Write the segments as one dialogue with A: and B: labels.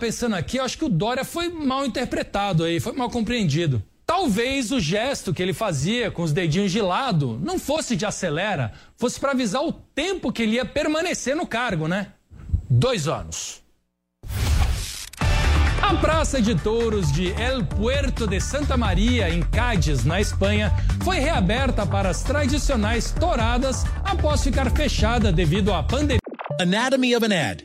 A: Pensando aqui, eu acho que o Dória foi mal interpretado aí, foi mal compreendido. Talvez o gesto que ele fazia com os dedinhos de lado não fosse de acelera, fosse para avisar o tempo que ele ia permanecer no cargo, né? Dois anos. A Praça de Touros de El Puerto de Santa Maria, em Cádiz, na Espanha, foi reaberta para as tradicionais touradas após ficar fechada devido à pandemia.
B: Anatomy of an ad.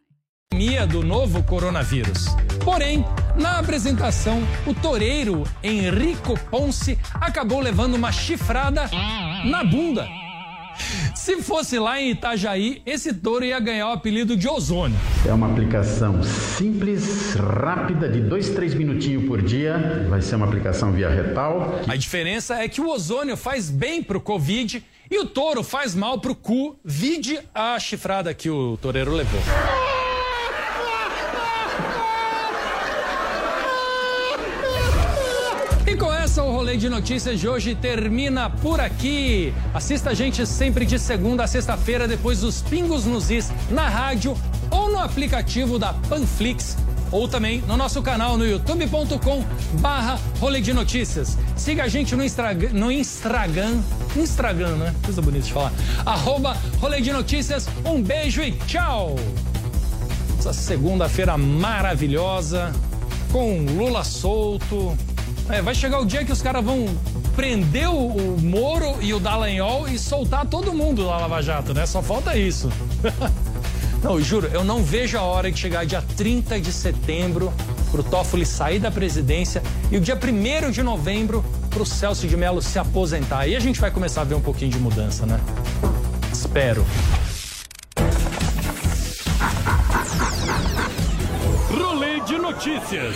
A: pandemia do novo coronavírus. Porém, na apresentação, o toureiro Henrico Ponce acabou levando uma chifrada na bunda. Se fosse lá em Itajaí, esse touro ia ganhar o apelido de ozônio.
C: É uma aplicação simples, rápida, de dois, três minutinhos por dia. Vai ser uma aplicação via retal.
A: A diferença é que o ozônio faz bem pro Covid e o touro faz mal pro cu, vide a chifrada que o toureiro levou. E com essa, o rolê de notícias de hoje termina por aqui. Assista a gente sempre de segunda a sexta-feira, depois dos Pingos nos Is, na rádio ou no aplicativo da Panflix. Ou também no nosso canal no youtube.com barra rolê de notícias. Siga a gente no Instagram, no Instagram, Instagram, né? Coisa bonita de falar. Arroba rolê de notícias. Um beijo e tchau! Essa segunda-feira maravilhosa, com Lula solto. É, vai chegar o dia que os caras vão prender o, o Moro e o Dallagnol e soltar todo mundo da Lava Jato, né? Só falta isso. não, eu juro, eu não vejo a hora de chegar dia 30 de setembro pro Toffoli sair da presidência e o dia 1 de novembro pro Celso de Mello se aposentar. E a gente vai começar a ver um pouquinho de mudança, né? Espero.
D: Rolê de notícias.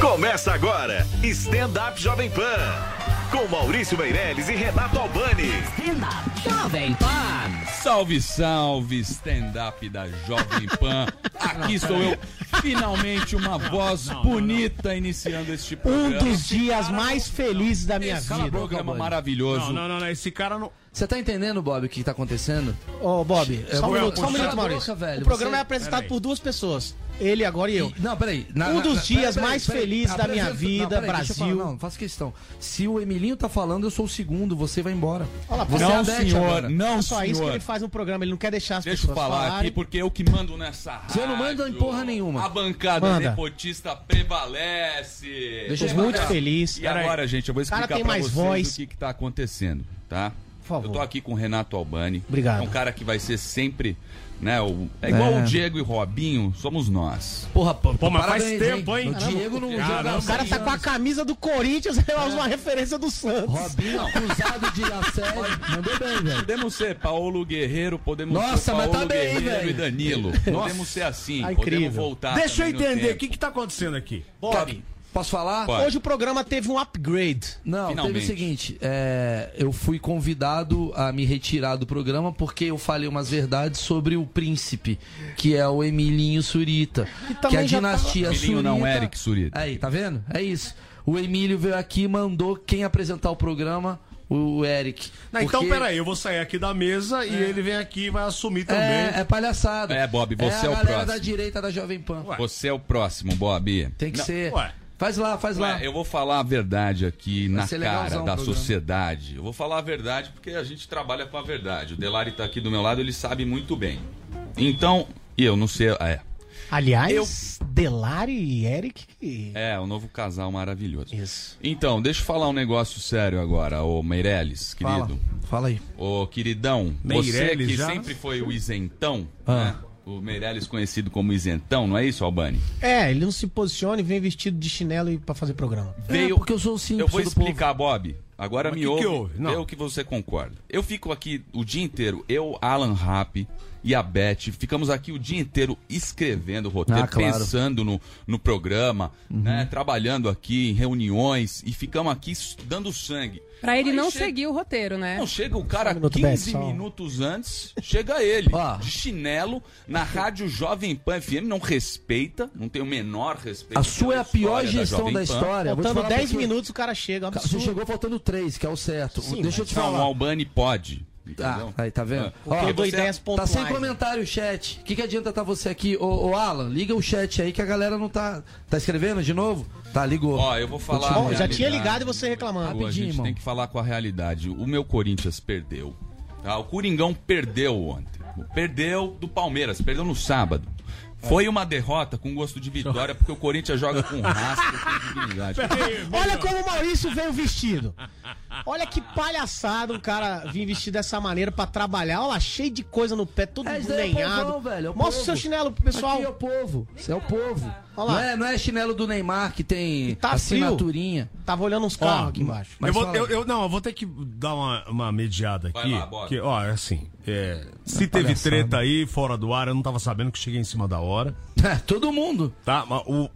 D: Começa agora, Stand Up Jovem Pan. Com Maurício Meirelles e Renato Albani.
E: Jovem Pan.
F: Salve, salve, stand-up da Jovem Pan. Aqui sou eu, finalmente uma voz bonita iniciando este
E: Um
F: programa.
E: dos dias mais felizes da minha
F: Esse cara é um
E: vida.
F: programa
G: Não,
F: maravilhoso.
G: não, não, não, esse cara não.
H: Você tá entendendo, Bob, o que tá acontecendo?
E: Ô, Bob, só um
G: vou-
E: minuto, só um
G: puxar
E: minuto,
G: a
E: Maurício.
H: boca, velho,
E: o programa
H: você-
E: é apresentado
G: Peraí.
E: por duas pessoas. Ele agora e eu.
H: Não, peraí.
E: Um dos dias mais felizes da minha
H: apresenta-
E: vida,
H: deixa eu falar.
E: Brasil.
H: não, faço questão. Se o Emilinho tá falando, eu sou o segundo, você vai embora.
E: Olha lá,
H: Você
E: não,
H: é a Beth
F: senhor.
H: agora.
F: Não,
E: é só isso que
F: senhor.
E: ele faz no programa, ele não quer deixar as
F: Deixa eu
E: pessoas
F: falar
E: falarem.
F: aqui, porque eu que mando nessa rádio.
H: Você não manda em porra nenhuma.
F: A bancada
E: Manda.
F: nepotista prevalece.
H: Deixa
E: Tô
H: eu
E: muito
H: falar.
E: feliz.
F: E agora, gente, eu vou
E: cara
F: explicar
E: tem
F: pra
E: mais
F: vocês
E: voz.
F: o que, que tá acontecendo, tá?
E: Por favor.
F: Eu tô aqui com o Renato Albani.
E: Obrigado.
F: É um cara que vai ser sempre, né? o- é igual o
H: É.
F: Diego e o Robinho, somos nós.
H: Porra, pô,
G: Pô, mas faz
H: parabéns,
G: tempo, hein?
H: O Diego não
G: Caramba.
H: joga há
E: O cara
H: seis
E: tá com a
H: anos.
E: camisa do Corinthians e usa uma referência do Santos.
H: Robinho cruzado de assédio. Mandou bem, velho.
F: Podemos ser Paulo Guerreiro, podemos ser
H: Nossa, mas
F: Paulo
H: tá bem, hein,
F: Guerreiro
H: velho? Tá
F: e Danilo. Podemos ser assim,
E: Ah,
F: podemos
E: incrível.
F: voltar.
G: Deixa eu
F: também no
G: entender, o
F: tempo.
G: que que tá acontecendo aqui? Tá
H: Bob, posso falar?
F: Pode.
E: Hoje o programa teve um upgrade.
H: Não,
F: Finalmente.
H: teve o seguinte, é, eu fui convidado a me retirar do programa porque eu falei umas verdades sobre o príncipe, que é o Emilinho Surita,
E: também
H: que é a
E: já
H: dinastia
F: tava- Emilinho
H: Surita.
F: não, Eric Surita.
H: Aí, tá vendo? É isso. O Emílio veio aqui e mandou quem apresentar o programa, o Eric.
G: Não, Então,
H: Porque-
G: peraí, eu vou sair aqui da mesa e ele vem aqui e vai assumir também.
H: É, é palhaçada.
F: É, Bob, você é
H: a
F: o
H: galera
F: próximo.
H: da direita da Jovem Pan.
G: Ué.
F: Você é o próximo, Bob.
H: Tem que
F: Não,
H: ser.
G: ué.
H: Faz lá, faz
F: Ué,
H: lá.
F: eu vou falar a verdade aqui na
H: ser
F: cara
H: legalzão
F: da
H: o programa.
F: sociedade. Eu vou falar a verdade porque a gente trabalha com a verdade. O Delari tá aqui do meu lado, ele sabe muito bem. Então, e eu não sei. É,
E: Aliás, Delari e Eric. que-
F: é o novo casal maravilhoso.
E: Isso.
F: Então, deixa eu falar um negócio sério agora, ô Meirelles,
H: Fala,
F: querido.
H: fala aí.
F: Ô queridão,
G: Meirelles
F: você que
G: já?
F: sempre foi o isentão,
H: Ah.
F: né? O Meirelles conhecido como isentão, não é isso, Albani?
E: É, ele não se posiciona e vem vestido de chinelo e pra fazer programa.
H: É, porque eu sou simples,
F: Eu vou
H: sou do povo.
F: explicar, Bob. Agora
G: Mas
F: me
G: que
F: ouve.
G: que houve? Não.
F: Vê o que você concorda. Eu fico aqui o dia inteiro, eu, Alan Rapp e a Beth, ficamos aqui o dia inteiro escrevendo roteiro,
H: Ah, claro. Uhum.
F: pensando no, no programa, né? Trabalhando aqui em reuniões e ficamos aqui s- dando sangue.
I: Pra ele
F: Aí
I: não
F: chega-
I: seguir o roteiro, né?
F: Não, chega o cara
E: Só um minuto,
F: 15
E: Beth, só um.
F: minutos antes, chega ele,
H: Ó.
F: de chinelo, na rádio Jovem Pan FM, não respeita, não tem o menor respeito.
H: A sua é
F: pela
H: a pior
F: história
H: gestão da,
F: Jovem Pan.
H: história. Eu vou te
E: Faltando
H: falar
E: 10
H: porque-
E: minutos o cara chega. é um
H: Cara, Você
E: absurdo.
H: chegou faltando 3, que é o certo. Deixa eu te
F: Não, o
H: falar.
F: Albani pode.
H: Tá,
F: entendeu?
H: aí, tá vendo?
F: Ah,
H: Ó,
E: Eu dou
F: você-
E: ideias
H: Tá
E: pontuais.
H: sem
F: né?
H: comentário o chat. O que, que adianta tá você aqui? Ô, ô, Alan, liga o chat aí que a galera não tá. Tá escrevendo de novo? Tá, ligou.
F: Ó, eu vou falar. a
H: Continua.
E: Bom, já tinha
F: realidade.
E: ligado e você reclamando.
F: A
H: Rapidinho,
F: gente
H: irmão.
F: tem que falar com a realidade. O meu Corinthians perdeu. tá? O Coringão perdeu ontem. Perdeu do Palmeiras, perdeu no sábado. Foi uma derrota com gosto de vitória, porque o Corinthians joga com rasca e com dignidade.
E: Olha como o Maurício veio vestido. Olha que palhaçada um cara vir vestido dessa maneira pra trabalhar. Olha lá, cheio de coisa no pé, todo
H: É, isso daí é
E: lenhado.
H: povão, velho, é o
E: Mostra o
H: povo.
E: seu chinelo pro pessoal.
H: Aqui é o povo. Isso é o povo.
E: Olha lá.
H: Não é, não é chinelo do Neymar que tem
E: tá frio.
H: assinaturinha.
E: Tava olhando uns carros aqui embaixo.
H: Mas
G: Hum. eu vou,
H: fala.
G: eu, eu- não, eu vou ter que dar uma, uma mediada
F: Vai
G: aqui.
F: lá, bora.
G: que, ó, é assim, é, se teve
H: Tá palhaçada.
G: treta aí fora do ar, eu não tava sabendo que cheguei em cima da hora,
H: É, Todo mundo.
G: tá? Mas o,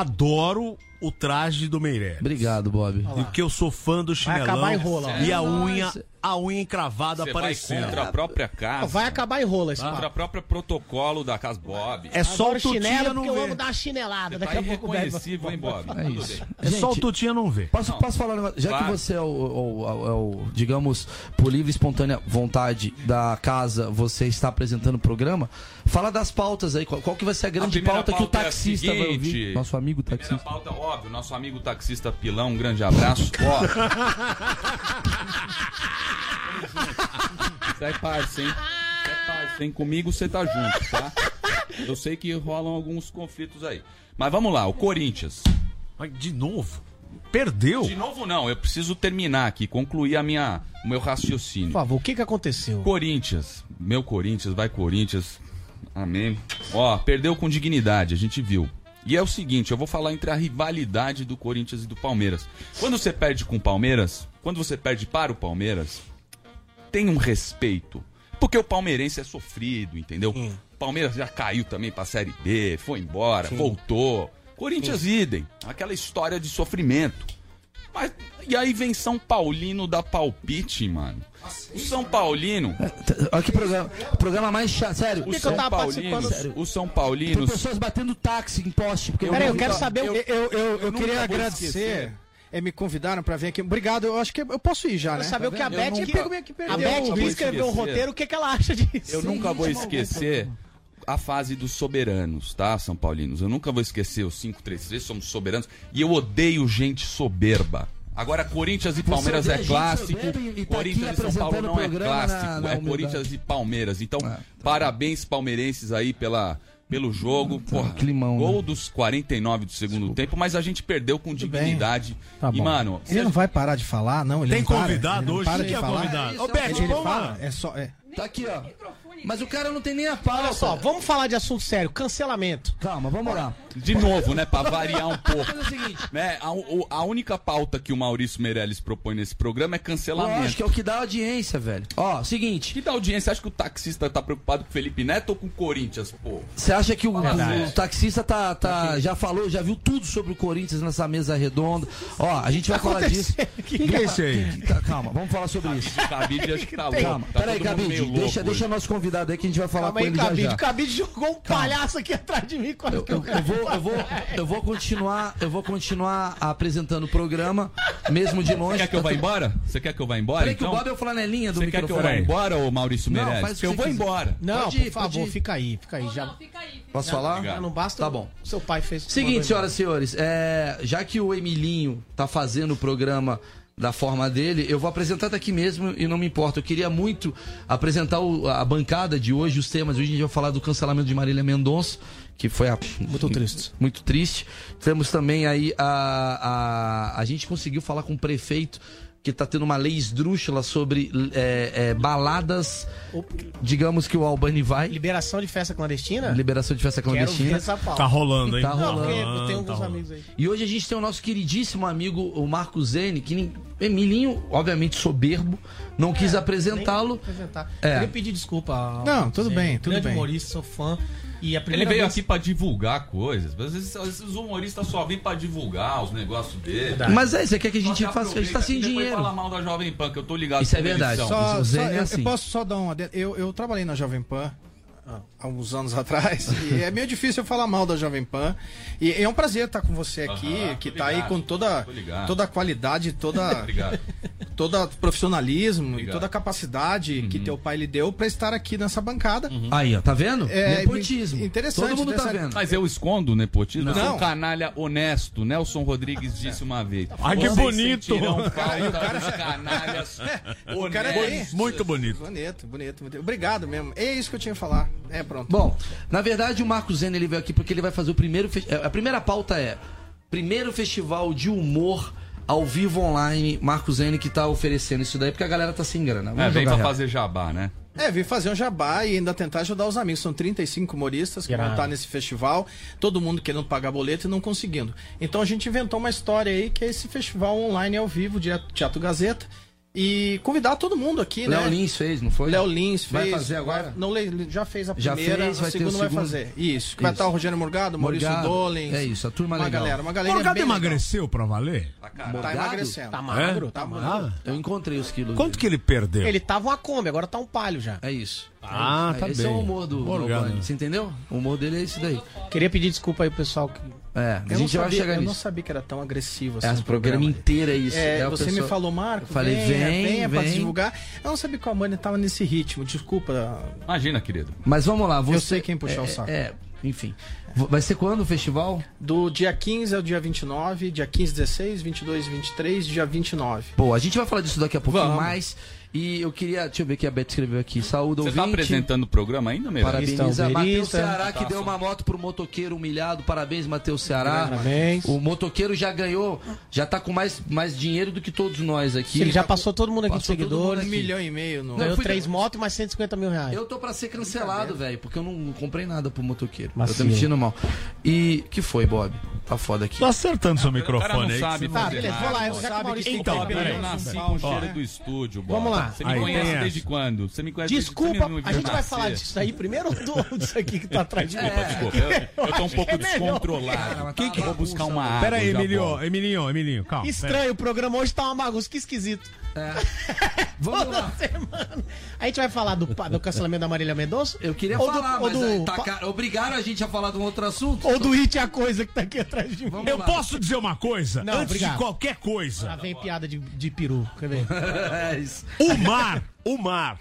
G: adoro o traje do Meirelles.
H: Obrigado, Bob.
G: E Porque eu sou fã do
E: Vai
G: chinelão.
E: acabar em rola, ó.
F: né?
G: E a
H: É
G: unha,
H: nóis.
G: a unha encravada
F: Você vai
G: aparecendo.
F: contra a própria casa.
E: Vai acabar em rola esse
G: Tá.
F: Contra o
E: papo.
F: próprio protocolo da Casa Bob.
G: É só o
E: Adoro
G: Tutinha
E: chinelo
G: não
E: porque eu amo
G: ver.
E: dar uma chinelada.
F: tá
E: Daqui a pouco bebe.
F: irreconhecível, hein, Bob?
H: É isso.
G: É só o
H: Gente,
G: Tutinha não ver.
H: Posso, posso falar um negócio? Já
F: Claro.
H: que você é o, o- o- é o, digamos, por livre e espontânea vontade da casa, você está apresentando o programa, fala das pautas aí. Qual, qual que vai ser a grande
F: primeira
H: pauta, que o
F: pauta é a
H: taxista vai
F: seguinte.
H: ouvir? Nosso amigo
F: Primeira
H: taxista.
F: pauta, óbvio, nosso amigo taxista Pilão, um grande abraço. Ó. Tamo junto. Você é parça, hein? Você é parça, hein? Comigo você tá junto, tá? Eu sei que rolam alguns conflitos aí. Mas vamos lá, o Corinthians.
G: Mas De novo? Perdeu?
F: De novo, não, eu preciso terminar aqui, concluir a minha, o meu raciocínio.
E: Por favor, o que que aconteceu?
F: Corinthians, meu Corinthians, vai Corinthians. Amém. Ó, perdeu com dignidade, a gente viu. E é o seguinte, eu vou falar entre a rivalidade do Corinthians e do Palmeiras. Quando você perde com o Palmeiras, quando você perde para o Palmeiras, tem um respeito. Porque o palmeirense é sofrido, entendeu? O Palmeiras já caiu também pra Série B, foi embora, voltou. Corinthians idem. Aquela história de sofrimento. Mas, e aí vem São Paulino da palpite, mano. O São Paulino...
H: Olha que programa. Programa mais chato. Sério.
F: O
E: que que eu
F: São,
E: tava
F: Paulino,
E: participando?
F: o São
H: Tem
F: Paulino,
H: pessoas batendo táxi em poste. Porque
E: Peraí, eu
H: não-
E: quero saber. o-
G: eu, eu,
F: queria agradecer.
G: É, me convidaram pra vir aqui. Obrigado, eu acho que eu posso ir já,
F: né?
E: Quero saber o que a
H: vendo? Eu
E: Beth
H: não-
E: que-
H: pego meio que
E: A
H: perdeu.
E: Beth
F: Eu
E: que
F: vou
E: escreveu o
F: esquecer.
E: um roteiro, o que que ela acha disso?
F: eu nunca vou
H: ritmo algum
F: esquecer a fase dos soberanos, tá, São Paulinos? Eu nunca vou esquecer os 5-3-3, somos soberanos. E eu odeio gente soberba. Agora, Corinthians e Palmeiras
H: odeia
F: é
H: gente
F: clássico.
H: soberba e tá aqui
F: Corinthians e São Paulo
H: apresentando
F: não é
H: programa na-
F: clássico.
H: na
F: é
H: humildade.
F: Corinthians e Palmeiras. Então,
H: Ah, tá.
F: parabéns palmeirenses aí pela pelo jogo. Porra,
H: climão, né?
F: gol dos 49 do segundo tempo, mas a gente perdeu com dignidade.
I: Tá
F: e,
I: bom.
F: mano,
I: ele não vai parar de falar, não. Ele
H: Tem
I: não para,
H: convidado
I: ele não
H: hoje?
I: para
H: Quem
I: de
H: que é
I: falar.
H: convidado? Ô, Beto,
I: ele
H: põe
I: fala,
H: lá.
I: é só. é.
H: Tá aqui, ó. Mas o cara não tem nem a pauta.
E: Olha só, vamos falar de assunto sério, cancelamento.
H: Calma, vamos lá.
F: De novo, né? Pra variar um pouco.
H: Mas é o seguinte-
F: Né, a, o- a única pauta que o Maurício Meirelles propõe nesse programa é
H: Lógico,
F: cancelamento.
H: que é o que dá audiência, velho. Ó, seguinte.
F: Que da audiência, acha que o taxista tá preocupado com o Felipe Neto ou com o Corinthians, pô?
H: Você acha que o,
F: Verdade.
H: o taxista tá, tá- já falou, já viu tudo sobre o Corinthians nessa mesa redonda? Ó, a gente vai falar disso.
I: Quem que é esse aí?
H: Tá, calma, vamos falar sobre isso.
F: O Cabide acho que tá louco.
H: Calma,
F: tá
H: peraí,
F: todo mundo meio
H: Cabide,
F: louco
H: deixa,
F: hoje.
H: deixa nosso convidado aí que a gente vai falar
E: Calma
H: com
E: aí,
H: ele já
E: Cabide.
H: já.
E: Cabide jogou um palhaço aqui atrás de mim. Quase que
H: Eu, eu vou, eu, vou, eu vou continuar, eu vou continuar apresentando o programa, mesmo de longe.
F: Você quer que eu vá
H: Tá-
F: embora? Você quer que eu vá embora,
H: Peraí que o
F: então?
H: Bob é o flanelinha do
F: Você quer que eu
H: microfone.
F: vá embora, ô Maurício
H: Não,
F: Meirelles?
H: faz o
F: Porque
H: que
F: eu
H: você
F: vou
H: quiser.
F: embora.
E: Não,
H: Pode ir,
E: por
H: pode
E: favor,
H: ir.
E: fica aí, fica aí. Já
H: Posso falar?
F: obrigado.
E: Ah, não basta.
H: Tá bom.
E: Seu pai fez.
H: Seguinte,
E: mandou
H: senhoras e senhores, é, já que o Emilinho tá fazendo o programa da forma dele, eu vou apresentar daqui mesmo e não me importa. Eu queria muito apresentar o- a bancada de hoje, os temas. Hoje a gente vai falar do cancelamento de Marília Mendonça, que foi a-
E: Muito triste.
H: Muito triste. Temos também aí a. A, a gente conseguiu falar com o prefeito. Que tá tendo uma lei esdrúxula sobre é, é, baladas. Digamos que o Albani vai.
E: Liberação de festa clandestina?
H: Liberação de festa
E: Quero ver
H: clandestina.
E: essa pauta.
G: Tá rolando, hein?
H: Tá
E: Não,
H: rolando.
E: porque eu tenho
G: tá
E: alguns
G: rolando.
E: amigos aí.
H: E hoje a gente tem o nosso queridíssimo amigo, o Marco Zene, que nem- Emilinho, obviamente soberbo, não quis apresentá-lo.
E: É, Nem apresentar.
H: É.
E: Queria pedir desculpa. ao-
I: Não, tudo
E: Zé,
I: bem, tudo
E: grande
I: bem.
E: humorista, sou fã.
H: É
E: E a
F: Ele
E: primeira
F: veio
E: vez-
F: aqui pra divulgar coisas. Às vezes, às vezes os humoristas só vêm pra divulgar os negócios dele.
H: Mas é, você quer que a gente
F: Só se
H: faça. A gente tá
F: aproveita
H: sem
F: e depois
H: dinheiro.
F: fala mal da Jovem Pan, que eu tô ligado
H: Isso é
F: como eles
H: verdade.
F: são.
I: Só,
H: O Zé
I: só-
H: é
I: eu,
H: assim.
I: eu posso só dar uma. de- Eu, eu trabalhei na Jovem Pan ah, há uns anos atrás e é meio difícil eu falar mal da Jovem Pan. E é um prazer estar com você aqui,
F: Aham,
I: que
F: tô
I: tá aí
F: ligado,
I: com toda,
F: tô ligado.
I: toda a qualidade, toda,
F: Obrigado.
I: toda profissionalismo e
F: Obrigado.
I: toda a capacidade que
G: Uhum.
I: teu pai lhe deu para estar aqui nessa bancada.
H: Aí, ó, tá vendo?
I: É,
H: Nepotismo.
I: interessante
H: Todo mundo tá
I: dessa-
H: vendo.
F: Mas eu escondo o nepotismo? Eu sou um
I: Não.
F: canalha honesto. Nelson
H: Tá
F: Rodrigues disse uma vez.
G: Ai, que
F: Vocês
G: bonito.
F: sentirão
I: um
F: falta de canalhas honestos.
I: o cara é bem-
G: Muito bonito.
I: Bonito, bonito, bonito. Obrigado mesmo. É isso que eu tinha que falar. É, pronto.
H: Bom, na verdade o Marco Zene ele veio aqui porque ele vai fazer o primeiro. fe- A primeira pauta é: primeiro festival de humor ao vivo online. Marco Zene que tá oferecendo isso daí porque a galera tá sem grana. Vamos
F: É, vem
H: jogar
F: pra
H: real.
F: fazer jabá, né?
I: É, vim fazer um jabá e ainda tentar ajudar os amigos. São 35 humoristas que vão estar nesse festival, todo mundo querendo pagar boleto e não conseguindo. Então a gente inventou uma história aí que é esse festival online ao vivo, direto do Teatro Gazeta. E convidar todo mundo aqui,
H: Léo
I: né?
H: Lins fez, não foi?
I: Léo Lins fez.
H: Vai fazer agora?
I: Não, Le- já fez a
H: Já
I: primeira,
H: fez, vai
I: o
H: ter
I: segundo
H: o
I: vai
H: segundo.
I: fazer. Isso. Vai
H: Isso.
I: estar o Rogério Morgado, Maurício
H: Morgado,
I: Dolens.
H: é isso, a turma
I: uma
H: legal.
I: galera, uma galera.
G: Morgado emagreceu pra valer?
I: Tá
H: Morgado?
I: emagrecendo.
E: Tá magro, tá magro.
G: Ah,
H: Eu encontrei os quilos.
G: quanto que ele perdeu?
E: Ele tava uma Kombi, agora tá um palho já.
H: É isso.
G: Ah,
H: É,
G: tá
H: esse
G: bem.
H: é o humor do
G: Morgado.
F: né?
E: né?
H: Albani, você entendeu? O humor dele é esse daí.
E: Queria pedir desculpa aí pro pessoal que.
H: É, a
I: Eu não,
H: gente já vai
I: sabia,
H: chegar
I: eu não
H: nisso.
I: sabia que era tão agressivo assim.
H: É, o programa inteiro é isso.
I: É,
H: a
I: você
H: pessoa-
I: me falou, Marco,
H: Eu falei,
I: venha,
H: vem,
I: venha pra
H: vem.
I: divulgar. Eu não sabia que a Mani tava nesse ritmo, desculpa.
F: Imagina, querido.
H: Mas vamos lá, você...
I: sei quem puxar
H: é,
I: o saco.
H: É, enfim. V- Vai ser quando o festival?
I: Do dia 15 ao dia 29, dia 15, 16, 22, 23, dia 29.
H: Pô, a gente vai falar disso daqui a pouquinho
I: Vamos.
H: mais. E eu queria... Deixa eu ver o que a Beth escreveu aqui. Saúde
F: Você tá
H: ouvinte.
F: apresentando o programa ainda, Tá mesmo?
H: Parabéns
E: Cristão
H: a Matheus
E: Verista.
H: Ceará, que deu uma moto pro motoqueiro humilhado. Parabéns, Matheus Ceará.
E: Parabéns.
H: O motoqueiro já ganhou, já tá com mais, mais dinheiro do que todos nós aqui. Tá
E: Ele já passou todo mundo aqui de
H: Passou todo
E: seguidores.
H: mundo
I: Um
H: aqui.
I: milhão e meio no.
H: Não, eu
E: Ganhou
H: fui-
E: três motos e mais 150 mil reais.
H: Eu tô pra ser cancelado, velho, porque eu não comprei nada pro motoqueiro. Eu tô
E: Macio.
H: me sentindo mal. E que foi, Bob? Tá foda aqui.
G: Tá acertando seu
F: O cara não
G: microfone aí. que
F: sabe
G: você-
E: Tá,
F: fazer
E: beleza,
F: nada.
E: vou lá, eu já que o Maurício
G: Então,
E: tem que
G: peraí.
F: Eu
E: falar,
F: nasci
E: eu
F: com o
E: falo.
F: cheiro do estúdio, Bob.
E: Vamos lá.
F: Você me
G: Aí, tem
F: conhece
G: essa.
F: desde quando? Você me conhece desde- você
E: Desculpa,
F: me viu
E: a gente vai
F: nascer.
E: falar disso aí primeiro ou do- disso aqui que tá atrás
H: É.
E: de mim?
F: Desculpa, desculpa. Eu, eu tô um pouco
E: É melhor.
F: descontrolado.
H: Cara, tá uma
F: Vou buscar
H: bagunça,
F: uma água.
G: Pera aí,
F: já volto.
G: Emilio, Emilinho, Emilinho, calma. pera aí.
E: Estranho, o programa hoje tá uma bagunça, que esquisito.
H: É. Vamos
E: Toda
H: lá.
E: semana. A gente vai falar do, pa- do cancelamento da Marília Mendonça?
H: Eu queria
E: Ou do-
H: falar,
E: ou
H: mas aí
E: do-
H: tá caro. Obrigaram a gente a falar de um outro assunto?
E: Ou do It é a coisa que tá aqui atrás de mim?
H: Vamos
G: Eu
H: lá.
G: posso dizer uma coisa?
E: Não,
G: Antes
E: obrigado.
G: de qualquer
E: Lá
G: coisa,
E: vem piada de, de peru, quer ver?
H: É isso.
G: o mar, o mar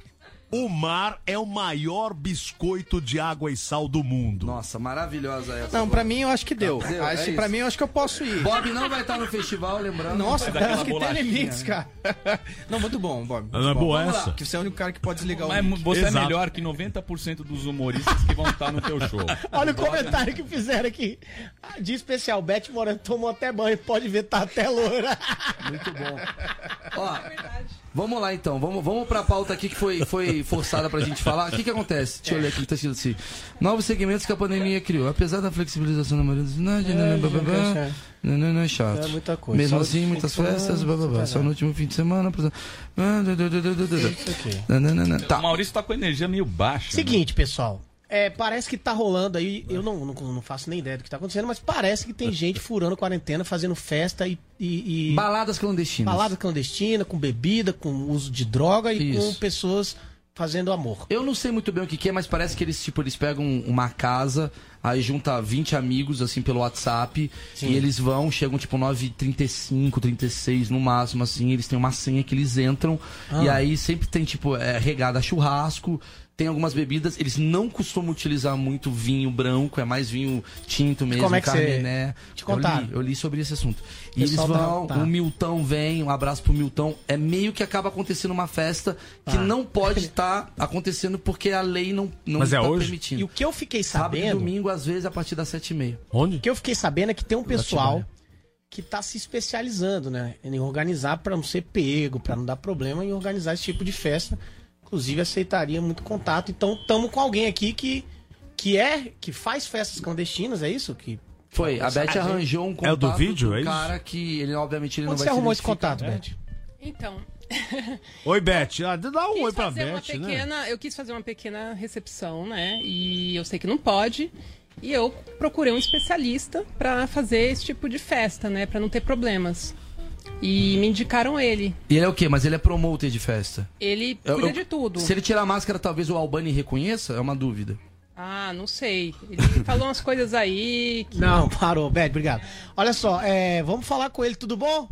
G: O mar é o maior biscoito de água e sal do mundo.
H: Nossa, maravilhosa essa.
I: Não, pra mim eu acho que deu.
H: Tá, deu,
I: Ah, esse-
H: é
I: pra
H: isso.
I: mim eu acho que eu posso ir.
H: Bob não vai estar no festival, lembrando.
I: Nossa,
H: Faz aquela
I: acho que tem
H: bolachinha,
I: limites,
H: né?
I: cara. Não, muito bom, Bob.
G: Não é
I: muito bom.
G: boa
I: Vamos lá,
G: essa?
I: Que você é o único cara que pode desligar o
F: Mas
I: mic.
F: você
G: Exato.
F: é melhor que 90% dos humoristas que vão estar no teu show.
H: Tá
E: Olha o comentário que fizeram aqui. Ah, De especial, Beth Moran tomou até banho, pode ver, tá até loura.
H: Muito bom. Ó, vamos lá então, vamos, vamos pra pauta aqui que foi, foi forçada pra gente falar. O que que acontece? Deixa eu olhar aqui que tá escrito assim. Novos segmentos que a pandemia criou. Apesar da flexibilização da maioria dos... Não, não, não, blá, blá, blá. não, não, não, é chato.
E: É muita coisa.
H: Mesmo
E: Só
H: assim,
E: de
H: muitas
E: fim de
H: festas, blá,
E: semana,
H: blá, blá. Só no último fim de semana... por exemplo. Ah, dã, dã, dã, dã, dã, dã. Não, não, não, não. Tá.
F: O Maurício tá com energia meio baixa. né?
E: Seguinte, pessoal. É, parece que tá rolando aí. Eu não, não, não faço nem ideia do que tá acontecendo, mas parece que tem gente furando quarentena, fazendo festa e. e, e-
H: Baladas clandestinas.
E: balada clandestina, com bebida, com uso de droga e
H: Isso.
E: com pessoas fazendo amor.
H: Eu não sei muito bem o que, que é, mas parece que eles, tipo, eles pegam uma casa, aí junta 20 amigos, assim, pelo WhatsApp, e eles vão, chegam, tipo, 9h35, 36 no máximo, assim, eles têm uma senha que eles entram,
E: Ah.
H: e aí sempre tem, tipo, é, regada a churrasco, tem algumas bebidas, eles não costumam utilizar muito vinho branco, é mais vinho tinto mesmo,
E: Como é que você-
H: Carmené.
E: Te
H: Eu li-
E: contaram?
H: Eu li, sobre esse assunto. E eles
E: Pessoal tá-
H: vão,
E: tá.
H: o Milton vem, um abraço pro Milton. É meio que acaba acontecendo uma festa
E: Ah.
H: que não pode estar acontecendo porque a lei não, não
G: Mas é
H: tá
G: hoje?
H: permitindo.
E: E o que eu fiquei
H: Sábado e
E: sabendo.
H: domingo, às vezes, a partir das sete e meia.
G: Onde?
E: O que eu fiquei sabendo é que tem um pessoal que tá se especializando, né? Em organizar pra não ser pego, pra não dar problema em organizar esse tipo de festa. Inclusive, aceitaria muito contato. Então, tamo com alguém aqui que, que é, que faz festas clandestinas, é isso? Que
H: Foi, a Beth
E: gente-
H: arranjou um contato
G: É o do vídeo, é isso?
H: cara que, ele obviamente, ele
E: Onde
H: não
E: você
H: vai se
E: arrumou esse
H: identificar. É. né?
E: contato, Beth?
J: Então,
G: Oi, Beth. Ah, dá um
J: quis
G: oi pra
J: fazer uma
G: Beth, né?
J: pequena, eu quis fazer uma pequena recepção, né? E eu sei que não pode. E eu procurei um especialista para fazer esse tipo de festa, né? Para não ter problemas. E me indicaram ele.
H: E ele é o quê? Mas ele é promoter de festa.
J: Ele
H: Eu-
J: cuida
H: eu-
J: de tudo.
H: Se ele tirar a máscara, talvez o Albani reconheça? É uma dúvida.
J: Ah, não sei. Ele falou umas coisas aí que
E: Não, parou, Beth, obrigado. Olha só, é, vamos falar com ele, tudo bom?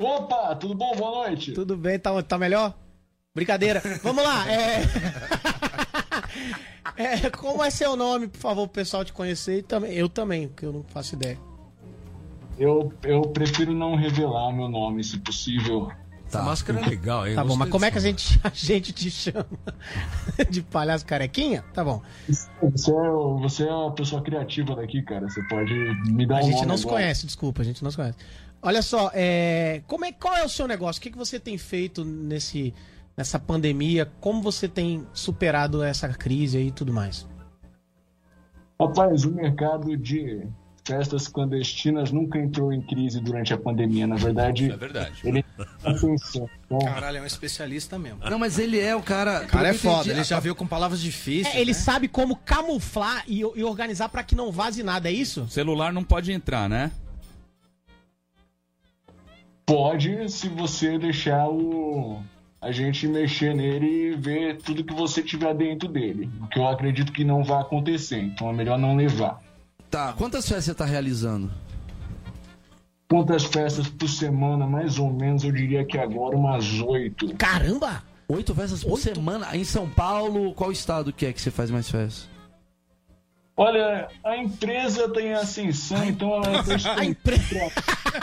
K: Opa, tudo bom? Boa noite.
E: Tudo bem, tá, tá melhor? Brincadeira. Vamos lá, é... É, Como é seu nome, por favor, pro pessoal te conhecer? E também, eu também, porque eu não faço ideia.
K: Eu, eu prefiro não revelar meu nome, se possível.
G: Essa máscara é legal, hein?
E: Tá bom,
G: Gostei
E: mas como é que a
G: dessa
E: gente, a gente te chama? De palhaço carequinha? Tá bom.
K: Você é, o- você é a pessoa criativa daqui, cara. Você pode me dar
E: A
K: um
E: gente
K: nome
E: não se
K: agora.
E: conhece, desculpa, a gente não se conhece. Olha só, é, como é, qual é o seu negócio? O que, que você tem feito nesse, nessa pandemia? Como você tem superado essa crise aí e tudo mais?
K: Rapaz, o mercado de festas clandestinas nunca entrou em crise durante a pandemia. Na verdade,
F: É verdade.
K: ele Atenção, então,
I: Caralho, é um especialista mesmo.
E: Ah,
H: Não, mas ele é o cara...
I: O cara é foda, ele já veio com palavras difíceis.
E: É, ele
I: né?
E: sabe como camuflar e, e organizar pra que não vaze nada, é isso?
F: Celular não pode entrar, né?
K: pode se você deixar o a gente mexer nele e ver tudo que você tiver dentro dele. O que eu acredito que não vai acontecer, então é melhor não levar.
H: Tá, quantas festas você tá realizando?
K: Quantas festas por semana, mais ou menos, eu diria que agora umas oito.
E: Caramba!
H: Oito festas por semana? Em São Paulo, qual estado que é que você faz mais festas?
K: Olha, a empresa tem ascensão, então ela
E: A
K: tem
E: empresa.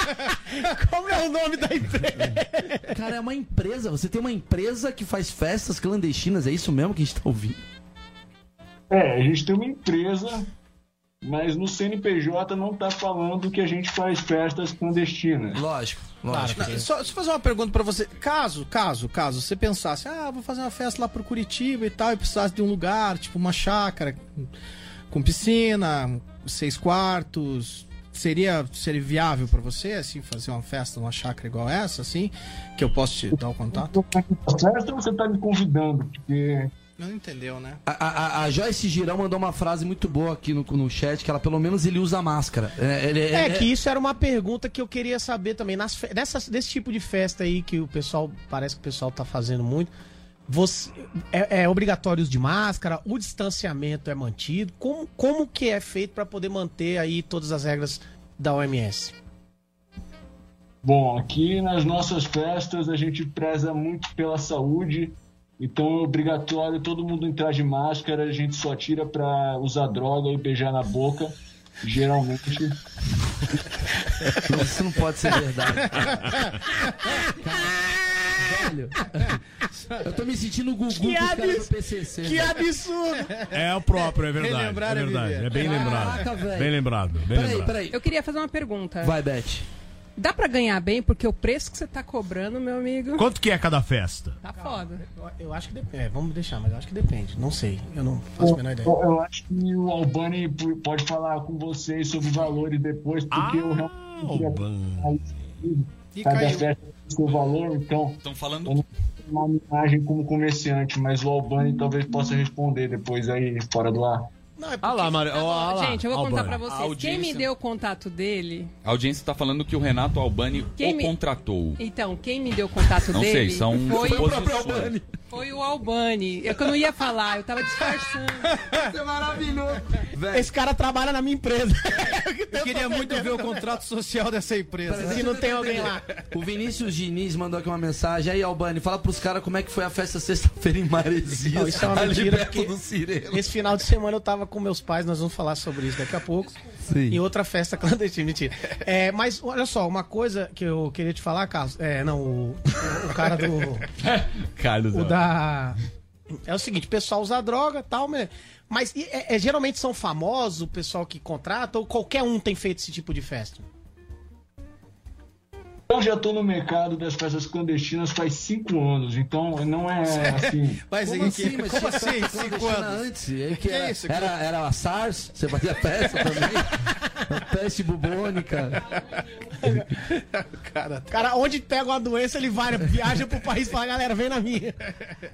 E: Como é o nome da empresa?
H: Cara, é uma empresa. Você tem uma empresa que faz festas clandestinas. É isso mesmo que a gente tá ouvindo?
K: É, a gente tem uma empresa, mas no CNPJ não tá falando que a gente faz festas clandestinas.
H: Lógico,
E: lógico.
I: Não, Só, só fazer uma pergunta pra você. Caso, caso, caso, você pensasse, ah, vou fazer uma festa lá pro Curitiba e tal, e precisasse de um lugar, tipo uma chácara com- com piscina, seis quartos, seria, seria viável pra você, assim, fazer uma festa numa chácara igual essa, assim, que eu posso te dar o contato?
K: Festa você tá me convidando, porque
I: Não entendeu, né?
H: A, a- a Joyce Girão mandou uma frase muito boa aqui no, no chat, que ela pelo menos ele usa máscara. É, ele-
E: É,
H: ele-
E: que isso era uma pergunta que eu queria saber também. Nas fe- dessas- desse tipo de festa aí que o pessoal. Parece que o pessoal tá fazendo muito. Você, é, é obrigatório o uso de máscara, o distanciamento é mantido. Como, como que é feito pra poder manter aí todas as regras da OMS?
K: Bom, aqui nas nossas festas a gente preza muito pela saúde, Então é obrigatório todo mundo entrar de máscara, a gente só tira pra usar droga e beijar na boca. Geralmente.
H: Isso não pode ser verdade. é, Velho, eu tô me sentindo o Gugu
E: Que
H: dos caras
E: abs-
H: do PCC.
E: que
H: velho.
E: absurdo!
L: É o próprio, é verdade.
H: Relembraram
L: é
H: a
L: verdade.
H: Viviane.
L: É bem lembrado.
J: Caraca, velho.
L: bem lembrado. Bem lembrado.
J: Eu queria fazer uma pergunta.
H: Vai, Beth.
J: Dá pra ganhar bem? Porque o preço que você tá cobrando, meu amigo.
L: Quanto que é cada festa?
J: Tá foda.
E: Eu acho que depende. É, vamos deixar, mas eu acho que depende. Não sei. Eu não faço a menor ideia.
K: Eu, eu acho que o Albani p- pode falar com vocês sobre valores depois, porque eu
H: Ah,
K: realmente queria falar isso.
F: E
K: cada
F: caiu.
K: festa tem seu valor, então.
F: Estão falando
K: eu não tenho uma homenagem como comerciante, mas o Albani talvez possa responder depois aí, fora do ar.
J: Ah lá,
F: Mário, ó, ó lá,
J: Gente, eu vou contar
F: Albani.
J: pra
F: A
J: vocês. Quem
F: audiência-
J: me deu o contato dele?
F: A audiência tá falando que o Renato Albani
J: Quem
F: o
J: me-
F: contratou.
J: Então, quem me deu o contato
F: Não
J: dele?
F: sei, são
J: foi,
F: suposições.
J: foi o Albani. Eu que eu não ia falar, eu tava disfarçando. Isso é maravilhoso.
E: Esse cara trabalha na minha empresa.
H: Eu queria muito ver o contrato social dessa empresa.
E: Se não tem alguém lá.
H: O Vinícius Diniz mandou aqui uma mensagem. Aí, Albani, fala pros caras como é que foi a festa sexta-feira em Maresias.
E: Não, isso é uma
H: ali
E: mentira,
H: perto
E: porque
H: Tá do Cirelo.
E: Esse final de semana eu tava com meus pais, nós vamos falar sobre isso daqui a pouco.
H: Sim.
E: E outra festa clandestina, mentira. É, mas olha só, uma coisa que eu queria te falar, Carlos. É, não, o, o cara do.
F: Carlos.
E: O
F: ó.
E: da. É o seguinte, o pessoal usa droga tal, mas. Mas e- é, é- geralmente são famosos o pessoal que contrata ou qualquer um tem feito esse tipo de festa?
K: Eu já tô no mercado das festas clandestinas faz cinco anos, então não é assim.
I: Mas
H: Como
I: é
H: assim?
I: que-
H: Mas
I: como
H: tinha
I: assim?
H: festa
I: Cinco
H: clandestina
I: anos?
H: Antes, é que
I: Que
H: era,
I: isso, que-
H: Era, era a SARS, você fazia festa também. Peste bubônica.
E: Cara, onde pega uma doença, ele vai, né? viaja pro país e fala, galera, vem na minha.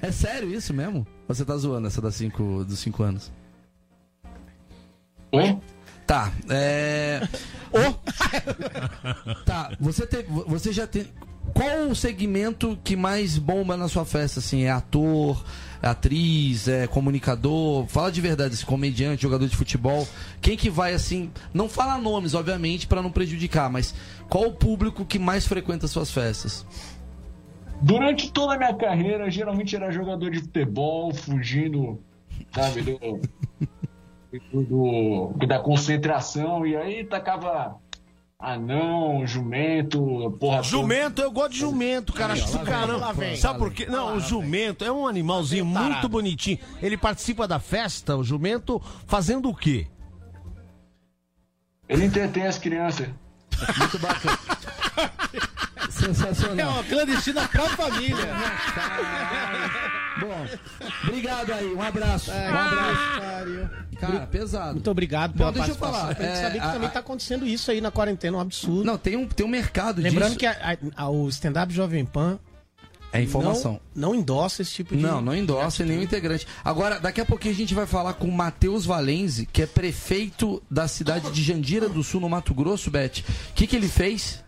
H: É sério isso mesmo? Ou Você tá zoando essa das cinco, dos 5 anos?
K: Oi?
H: Tá, é. tá, você, teve, você já tem. Qual o segmento que mais bomba na sua festa? Assim, é ator, atriz, é comunicador? Fala de verdade, esse comediante, jogador de futebol. Quem que vai assim? Não fala nomes, obviamente, pra não prejudicar, mas qual o público que mais frequenta suas festas?
K: Durante toda a minha carreira, geralmente era jogador de futebol, fugindo, sabe, do, do- do- da concentração, e aí tacava anão, jumento, porra.
L: Jumento, eu gosto de jumento, cara.
K: Aí, ó,
L: Acho
K: lá
L: do
K: vem, lá
L: caramba.
K: vem.
L: Sabe por quê? Não, o jumento é um animalzinho muito bonitinho. Ele participa da festa, o jumento, fazendo o quê?
K: Ele entretém as crianças.
H: Muito bacana. Sensacional.
I: É uma clandestina pra família. né?
H: Bom, obrigado aí, um abraço.
E: É,
H: um abraço. Cara, pesado.
E: Muito obrigado
H: Não,
E: pela
H: deixa eu falar,
E: participação. Tem que
H: é,
E: saber que
H: a-
E: também
H: a-
E: tá acontecendo isso aí na quarentena, um absurdo.
H: Não, tem um, tem um mercado
E: Lembrando
H: disso.
E: que a- a- o stand-up Jovem Pan...
H: É informação.
E: Não, não endossa esse tipo de...
H: Não, não endossa nenhum integrante. Agora, daqui a pouquinho a gente vai falar com o Matheus Valenzi, que é prefeito da cidade de Jandira do Sul, no Mato Grosso, Beth. O que, que ele fez?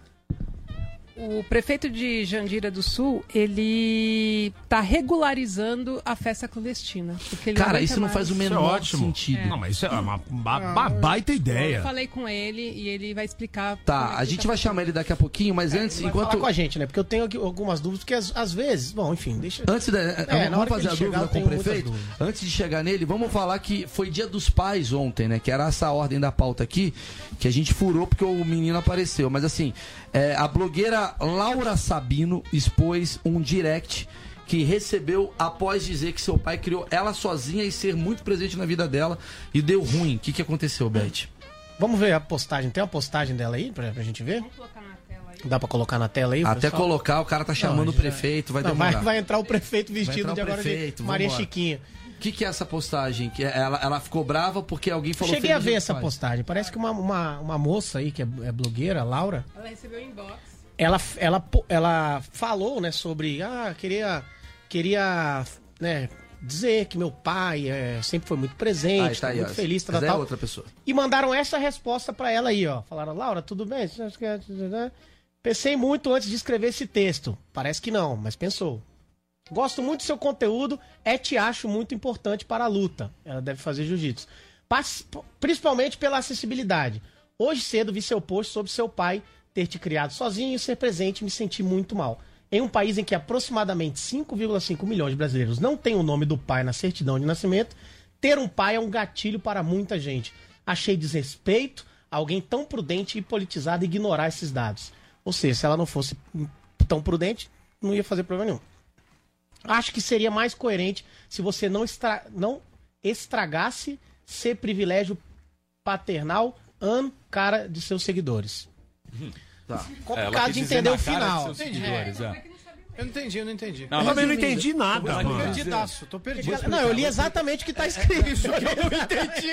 J: O prefeito de Jandira do Sul, ele tá regularizando a festa clandestina. porque ele
H: Cara,
J: aguenta
H: isso é não
J: mais.
H: faz o menor sentido.
L: Não, mas é isso é uma, ba-
J: Não.
L: ba- baita
J: Eu
L: ideia.
J: falei com ele e ele vai explicar. como é
H: Tá,
J: que
H: a gente vai chamar ele daqui a pouquinho, mas antes,
E: Vai falar
H: enquanto.
E: É, com a gente, né? Porque eu tenho aqui algumas dúvidas, porque às, às vezes... Bom, enfim, deixa...
H: Antes da,
E: É, na
H: vamos
E: hora que
H: fazer a
E: ele
H: dúvida
E: chegar, eu
H: com o
E: tenho muitas
H: prefeito.
E: dúvidas.
H: Antes de chegar nele, vamos falar que foi dia dos pais ontem, né? Que era essa ordem da pauta aqui, que a gente furou porque o menino apareceu. Mas assim, é, a blogueira Laura Sabino expôs um direct que recebeu após dizer que seu pai criou ela sozinha e ser muito presente na vida dela e deu ruim. O que, que aconteceu, Beth?
E: Vamos ver a postagem. Tem uma postagem dela aí pra, pra gente ver? Dá pra colocar na tela aí?
H: Até
E: pessoal?
H: colocar, o cara tá chamando
E: Não,
H: o prefeito, vai
E: Não,
H: demorar.
E: vai, vai entrar o prefeito vestido
H: Vai entrar
E: de
H: o
E: agora
H: prefeito,
E: de Maria
H: vambora.
E: Chiquinha.
H: O que, que é essa postagem? Que ela, ela ficou brava porque alguém falou
E: Cheguei
H: "Feliz
E: a
H: Dia
E: ver
H: dos
E: essa
H: Pais".
E: postagem. Parece que uma, uma, uma moça aí, que é, é blogueira, Laura,
J: Ela recebeu inbox.
E: ela, ela, po- ela falou, né, sobre. Ah, queria. Queria. né, dizer que meu pai é, sempre foi muito
H: Ah,
E: presente,
H: tá aí,
E: muito
H: ó.
E: feliz, tal,
H: Mas é
E: tal.
H: outra pessoa.
E: E mandaram essa resposta pra ela aí, ó. Falaram, Laura, tudo bem? é, né?" Pensei muito antes de escrever esse texto. Parece que não, mas pensou. Gosto muito do seu conteúdo, é te acho muito importante para a luta. Ela deve fazer jiu-jitsu. Pas- Principalmente pela acessibilidade. Hoje cedo vi seu post sobre seu pai ter te criado sozinho, ser presente e me senti muito mal. em um país em que aproximadamente 5,5 milhões de brasileiros não têm o nome do pai na certidão de nascimento, ter um pai é um gatilho para muita gente. Achei desrespeito a alguém tão prudente e politizado ignorar esses dados. Ou seja, se ela não fosse tão prudente, não ia fazer problema nenhum. Acho que seria mais coerente se você não, estra... não estragasse ser privilégio paternal an cara de seus seguidores.
H: Hum.
I: Tá.
E: Complicado de entender o final.
I: Entendi. Eu não entendi, eu não entendi.
E: Não, Eu mas- também não entendi nada,
I: Tô
E: mano.
I: perdidaço, tô perdido.
E: Não, eu li exatamente o que tá escrito.
I: Isso que eu não entendi.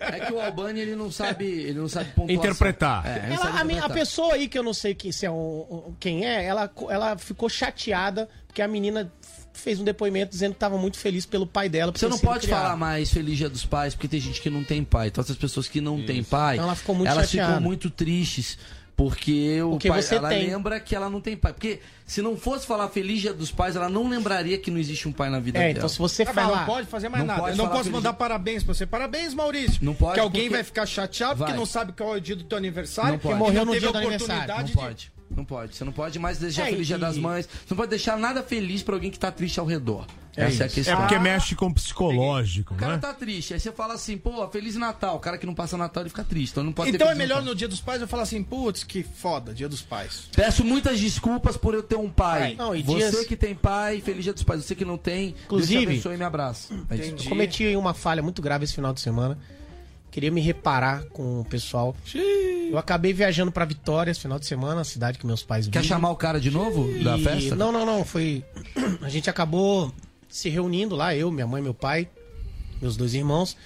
H: É que o Albani ele não sabe, ele não sabe pontuação.
L: Interpretar.
H: É, ele não
E: Ela-
H: sabe
E: a, minha- a
H: interpretar.
E: pessoa aí, que eu não sei quem, se é um- um- quem é, ela, co- ela ficou chateada porque a menina f- fez um depoimento dizendo que estava muito feliz pelo pai dela. por
H: Você
E: ter
H: não
E: sido
H: pode
E: criado.
H: falar mais Feliz Dia dos Pais, porque tem gente que não tem pai. Então essas pessoas que não têm pai,
E: Então, ela ficou muito
H: elas
E: chateada.
H: ficam muito tristes. Porque o
E: Porque
H: pai,
E: você
H: ela
E: tem.
H: lembra que ela não tem pai. Porque se não fosse falar Feliz Dia dos Pais, ela não lembraria que não existe um pai na vida
E: É,
H: dela.
E: então se você
I: Ah, mas Não pode fazer mais nada. eu não
H: falar
I: posso
H: Feliz
I: mandar
H: Dia-
I: parabéns pra você. Parabéns, Maurício.
H: Não pode,
I: Que alguém
H: porque-
I: vai ficar chateado porque
H: Vai.
I: não sabe qual é o dia do teu aniversário.
H: Não
I: porque
H: pode.
I: não teve a
H: Não
I: oportunidade de-
H: pode. Não pode. Você não pode mais deixar
I: É,
H: Feliz Dia
I: e-
H: das Mães. Você não pode deixar nada feliz pra alguém que tá triste ao redor.
G: É,
H: Essa é a
G: isso.
H: questão.
G: É porque mexe com o psicológico,
H: O
G: né?
H: cara tá triste. Aí você fala assim, pô, Feliz Natal. O cara que não passa Natal, ele fica triste. Então não pode ter
I: Então é
H: Feliz
I: melhor
H: Natal.
I: no dia dos pais eu falar assim, putz, que foda, dia dos pais.
H: Peço muitas desculpas por eu ter um pai.
I: Não, e
H: você
I: dias-
H: que tem pai, feliz dia dos pais. Você que não tem, Deus
E: Inclusive-
H: te abençoe e me abraça. É isso.
E: Eu cometi uma falha muito grave esse final de semana. Queria me reparar com o pessoal. Eu acabei viajando pra Vitória esse final de semana, a cidade que meus pais
H: Quer
E: vivem.
H: chamar o cara de novo da
E: E-
H: festa?
E: Não, não, não. Foi. A gente acabou se reunindo lá, eu, minha mãe, meu pai, meus dois irmãos.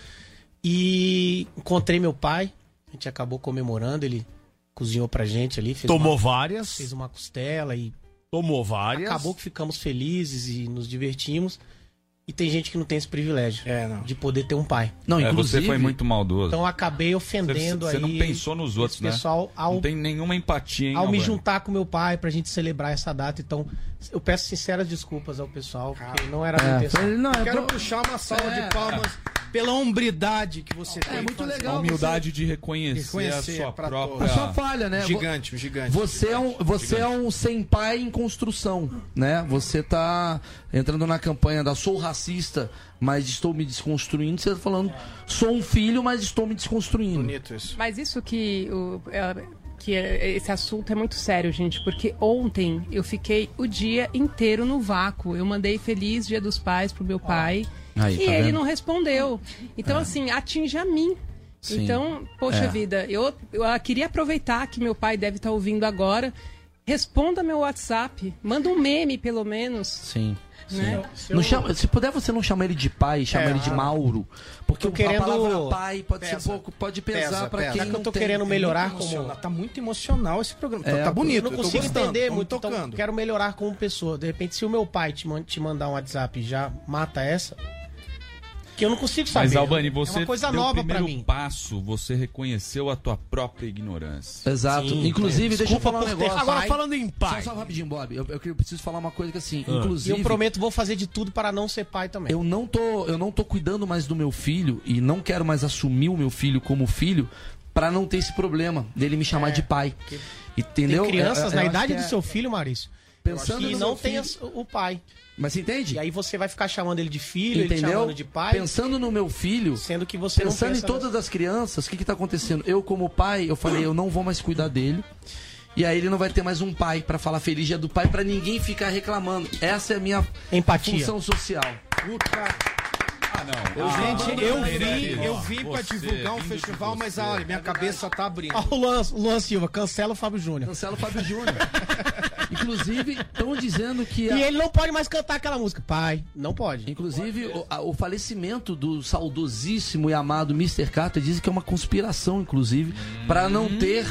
E: E encontrei meu pai. A gente acabou comemorando. Ele cozinhou pra gente ali. fez
L: Tomou
E: uma-
L: várias.
E: Fez uma costela e.
L: Tomou várias.
E: Acabou que ficamos felizes e nos divertimos. E tem gente que não tem esse privilégio
I: É,
E: de poder ter um pai.
F: Não, É, inclusive- você foi muito maldoso.
E: Então eu acabei ofendendo
F: Você
E: aí.
F: não pensou nos outros,
E: esse
F: né?
E: pessoal ao-
F: Não tem nenhuma empatia, hein,
E: ao me
F: Albani?
E: juntar com meu pai pra gente celebrar essa data. Então, eu peço sinceras desculpas ao pessoal, porque não era a minha
H: É,
E: intenção.
H: foi- não, é
I: Quero
H: pro-
I: puxar uma salva
H: É.
I: de palmas pela hombridade que você tem.
H: É muito
I: em fazer.
H: legal
F: A humildade de reconhecer,
I: Reconhecer
F: a sua
I: pra
F: própria...
H: A sua falha, né?
I: Gigante, um gigante.
H: Você é um, você é um sem pai em construção, né? Você tá entrando na campanha da sou racista, mas estou me desconstruindo. Você tá falando, sou um filho, mas estou me desconstruindo.
I: Bonito isso.
J: Mas isso que, o, é, que é- esse assunto é muito sério, gente, porque ontem eu fiquei o dia inteiro no vácuo. Eu mandei feliz Dia dos Pais pro meu pai
M: Aí,
J: e
M: tá
J: ele
M: vendo? É.
J: não respondeu. Então, assim, atinge a mim.
M: Sim.
J: Então, poxa
M: É.
J: vida, eu, eu ah, queria aproveitar que meu pai deve estar ouvindo agora. Responda meu WhatsApp, manda um meme pelo menos.
H: Sim. sim.
J: Né?
H: Não chama, se puder, você não chama ele de pai, chama
J: É,
H: ele de
J: ah.
H: Mauro. Porque
E: Tô
H: a
E: querendo-
H: palavra pai pode ser
I: Pesa.
H: pouco, pode pesar
I: Pesa,
H: pra
I: pesa.
H: quem
I: Sabe
E: que eu tô
H: não tem.
E: querendo
H: É
E: melhorar
H: muito
E: como-
H: emocional.
I: Tá muito emocional esse programa.
H: É,
I: tá, tá bonito.
E: Eu não consigo
I: gostando,
E: entender
I: tô
E: muito, então
I: tocando.
E: eu quero melhorar como pessoa. De repente, se o meu pai te, man- te mandar um WhatsApp e já mata essa, que eu não consigo saber.
F: Mas, Albani,
E: é
F: você
E: uma coisa
F: deu
E: nova
F: o
E: pra
F: primeiro
E: mim.
F: passo, você reconheceu a tua própria ignorância.
H: Exato. Ah,
L: é.
H: Inclusive, deixa eu falar um negócio.
L: Agora, falando em pai.
H: Só, só rapidinho, Bob. Eu, eu que- eu preciso falar uma coisa que assim,
L: Ah.
E: E
H: inclusive.
E: eu prometo, vou fazer de tudo para não ser pai também.
H: Eu não tô, eu não tô cuidando mais do meu filho e não quero mais assumir o meu filho como filho pra não ter esse problema dele me chamar de pai. Entendeu?
E: É, Tem crianças
H: Eu- eu
E: na
H: acho
E: idade
H: que
E: do
H: é-
E: seu filho, Maurício.
H: Pensando
E: que
H: no
E: não
H: meu
E: tem
H: filho.
E: as- o pai.
H: Mas entende?
E: E aí você vai ficar chamando ele de filho, ele te
H: Entendeu?
E: chamando de pai.
H: Pensando no meu filho,
E: sendo que você não
H: pensando
E: pensa
H: em todas as crianças, o que que tá acontecendo? Eu como pai, eu falei, eu não vou mais cuidar dele. E aí ele não vai ter mais um pai pra falar feliz dia do pai pra ninguém ficar reclamando. Essa é a minha
E: Empatia.
H: função social.
F: Ah, não.
I: Eu, gente, eu vim, eu vim
F: vi
I: pra divulgar um festival, mas olha,
G: É
I: minha cabeça tá abrindo.
E: Ó, o Luan, o Luan Silva, cancela o Fábio Júnior.
H: Cancela o Fábio Júnior. Inclusive, estão dizendo que.
E: E ele não pode mais cantar aquela música. Pai, não pode.
H: Inclusive, o, a- o falecimento do saudosíssimo e amado Mr. Carter dizem que é uma conspiração, inclusive, pra não
F: Hum.
H: ter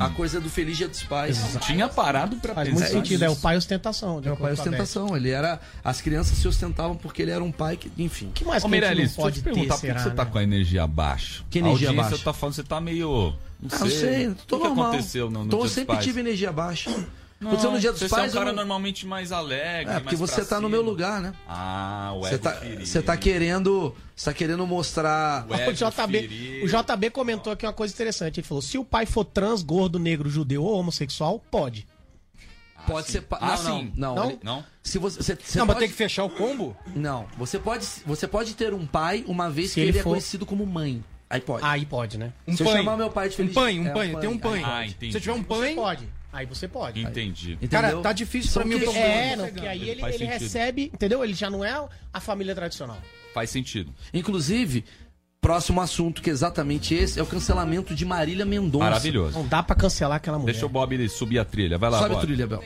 H: a coisa do Feliz Dia dos Pais.
F: Tinha parado pra
E: Faz
H: pensar.
E: muito sentido, é o pai ostentação. de
H: Meu pai
E: acordo com a Beth.
H: ostentação, ele era. As crianças se ostentavam porque ele era um pai que. Enfim.
E: que mais
F: Ô,
E: que a gente
F: Meirelles,
E: não
F: deixa eu te
E: pode ter,
F: perguntar, por que
E: será,
F: você tá
E: né?
F: com a energia baixa?
H: Que energia
F: a audiência
H: baixa?
F: tá falando, você tá meio... Não
H: Ah, eu sei, tô
F: o que
H: normal.
F: aconteceu no, no
H: Tô-
F: Dia
H: eu
F: dos
H: sempre
F: Pais?
H: tive energia baixa.
F: Não,
H: Aconteceu no Dia dos
F: você
H: Pais.
F: é um
H: eu
F: cara
H: não-
F: normalmente mais alegre,
H: É, porque
F: mais
H: você
F: pra
H: tá no
F: cima.
H: meu lugar, né?
F: Ah, o
H: Você
F: ego
H: tá,
F: ferido.
H: você tá querendo. Você tá querendo mostrar.
E: O JB, o JB comentou aqui uma coisa interessante. Ele falou: se o pai for trans, gordo, negro, judeu ou homossexual, pode.
H: Pode ser. pa-
F: Ah,
H: não, não,
F: sim.
H: não,
F: Não?
H: ele-
F: Não?
H: Se você, você, você
F: Não, mas tem
H: que fechar o combo? Não. Você pode, você pode ter um pai uma vez
E: Se
H: que
E: ele
H: ele,
E: for-
H: é conhecido como mãe. Aí pode.
E: Aí pode, né?
H: Se eu chamar meu pai de feliz.
I: Um pai, um
H: é,
I: pai, tem um pai.
H: aí
I: Ah,
H: pode.
I: entendi. Se eu tiver um
E: Você pode. Aí você pode.
F: Entendi.
I: Cara, tá difícil
E: Só
I: pra mim.
E: que-
I: eu tô-
E: É,
I: tô
E: não,
I: pegando.
E: porque aí ele,
F: Faz
E: ele
F: sentido.
E: recebe, entendeu? Ele já não é a família tradicional.
F: Faz sentido.
H: Inclusive, próximo assunto, que é exatamente esse, é o cancelamento de Marília Mendonça.
F: Maravilhoso.
E: Não dá pra cancelar aquela mulher.
F: Deixa o Bob subir a trilha. Vai lá,
H: né? Sobe a
F: Bob.
H: trilha, Bel.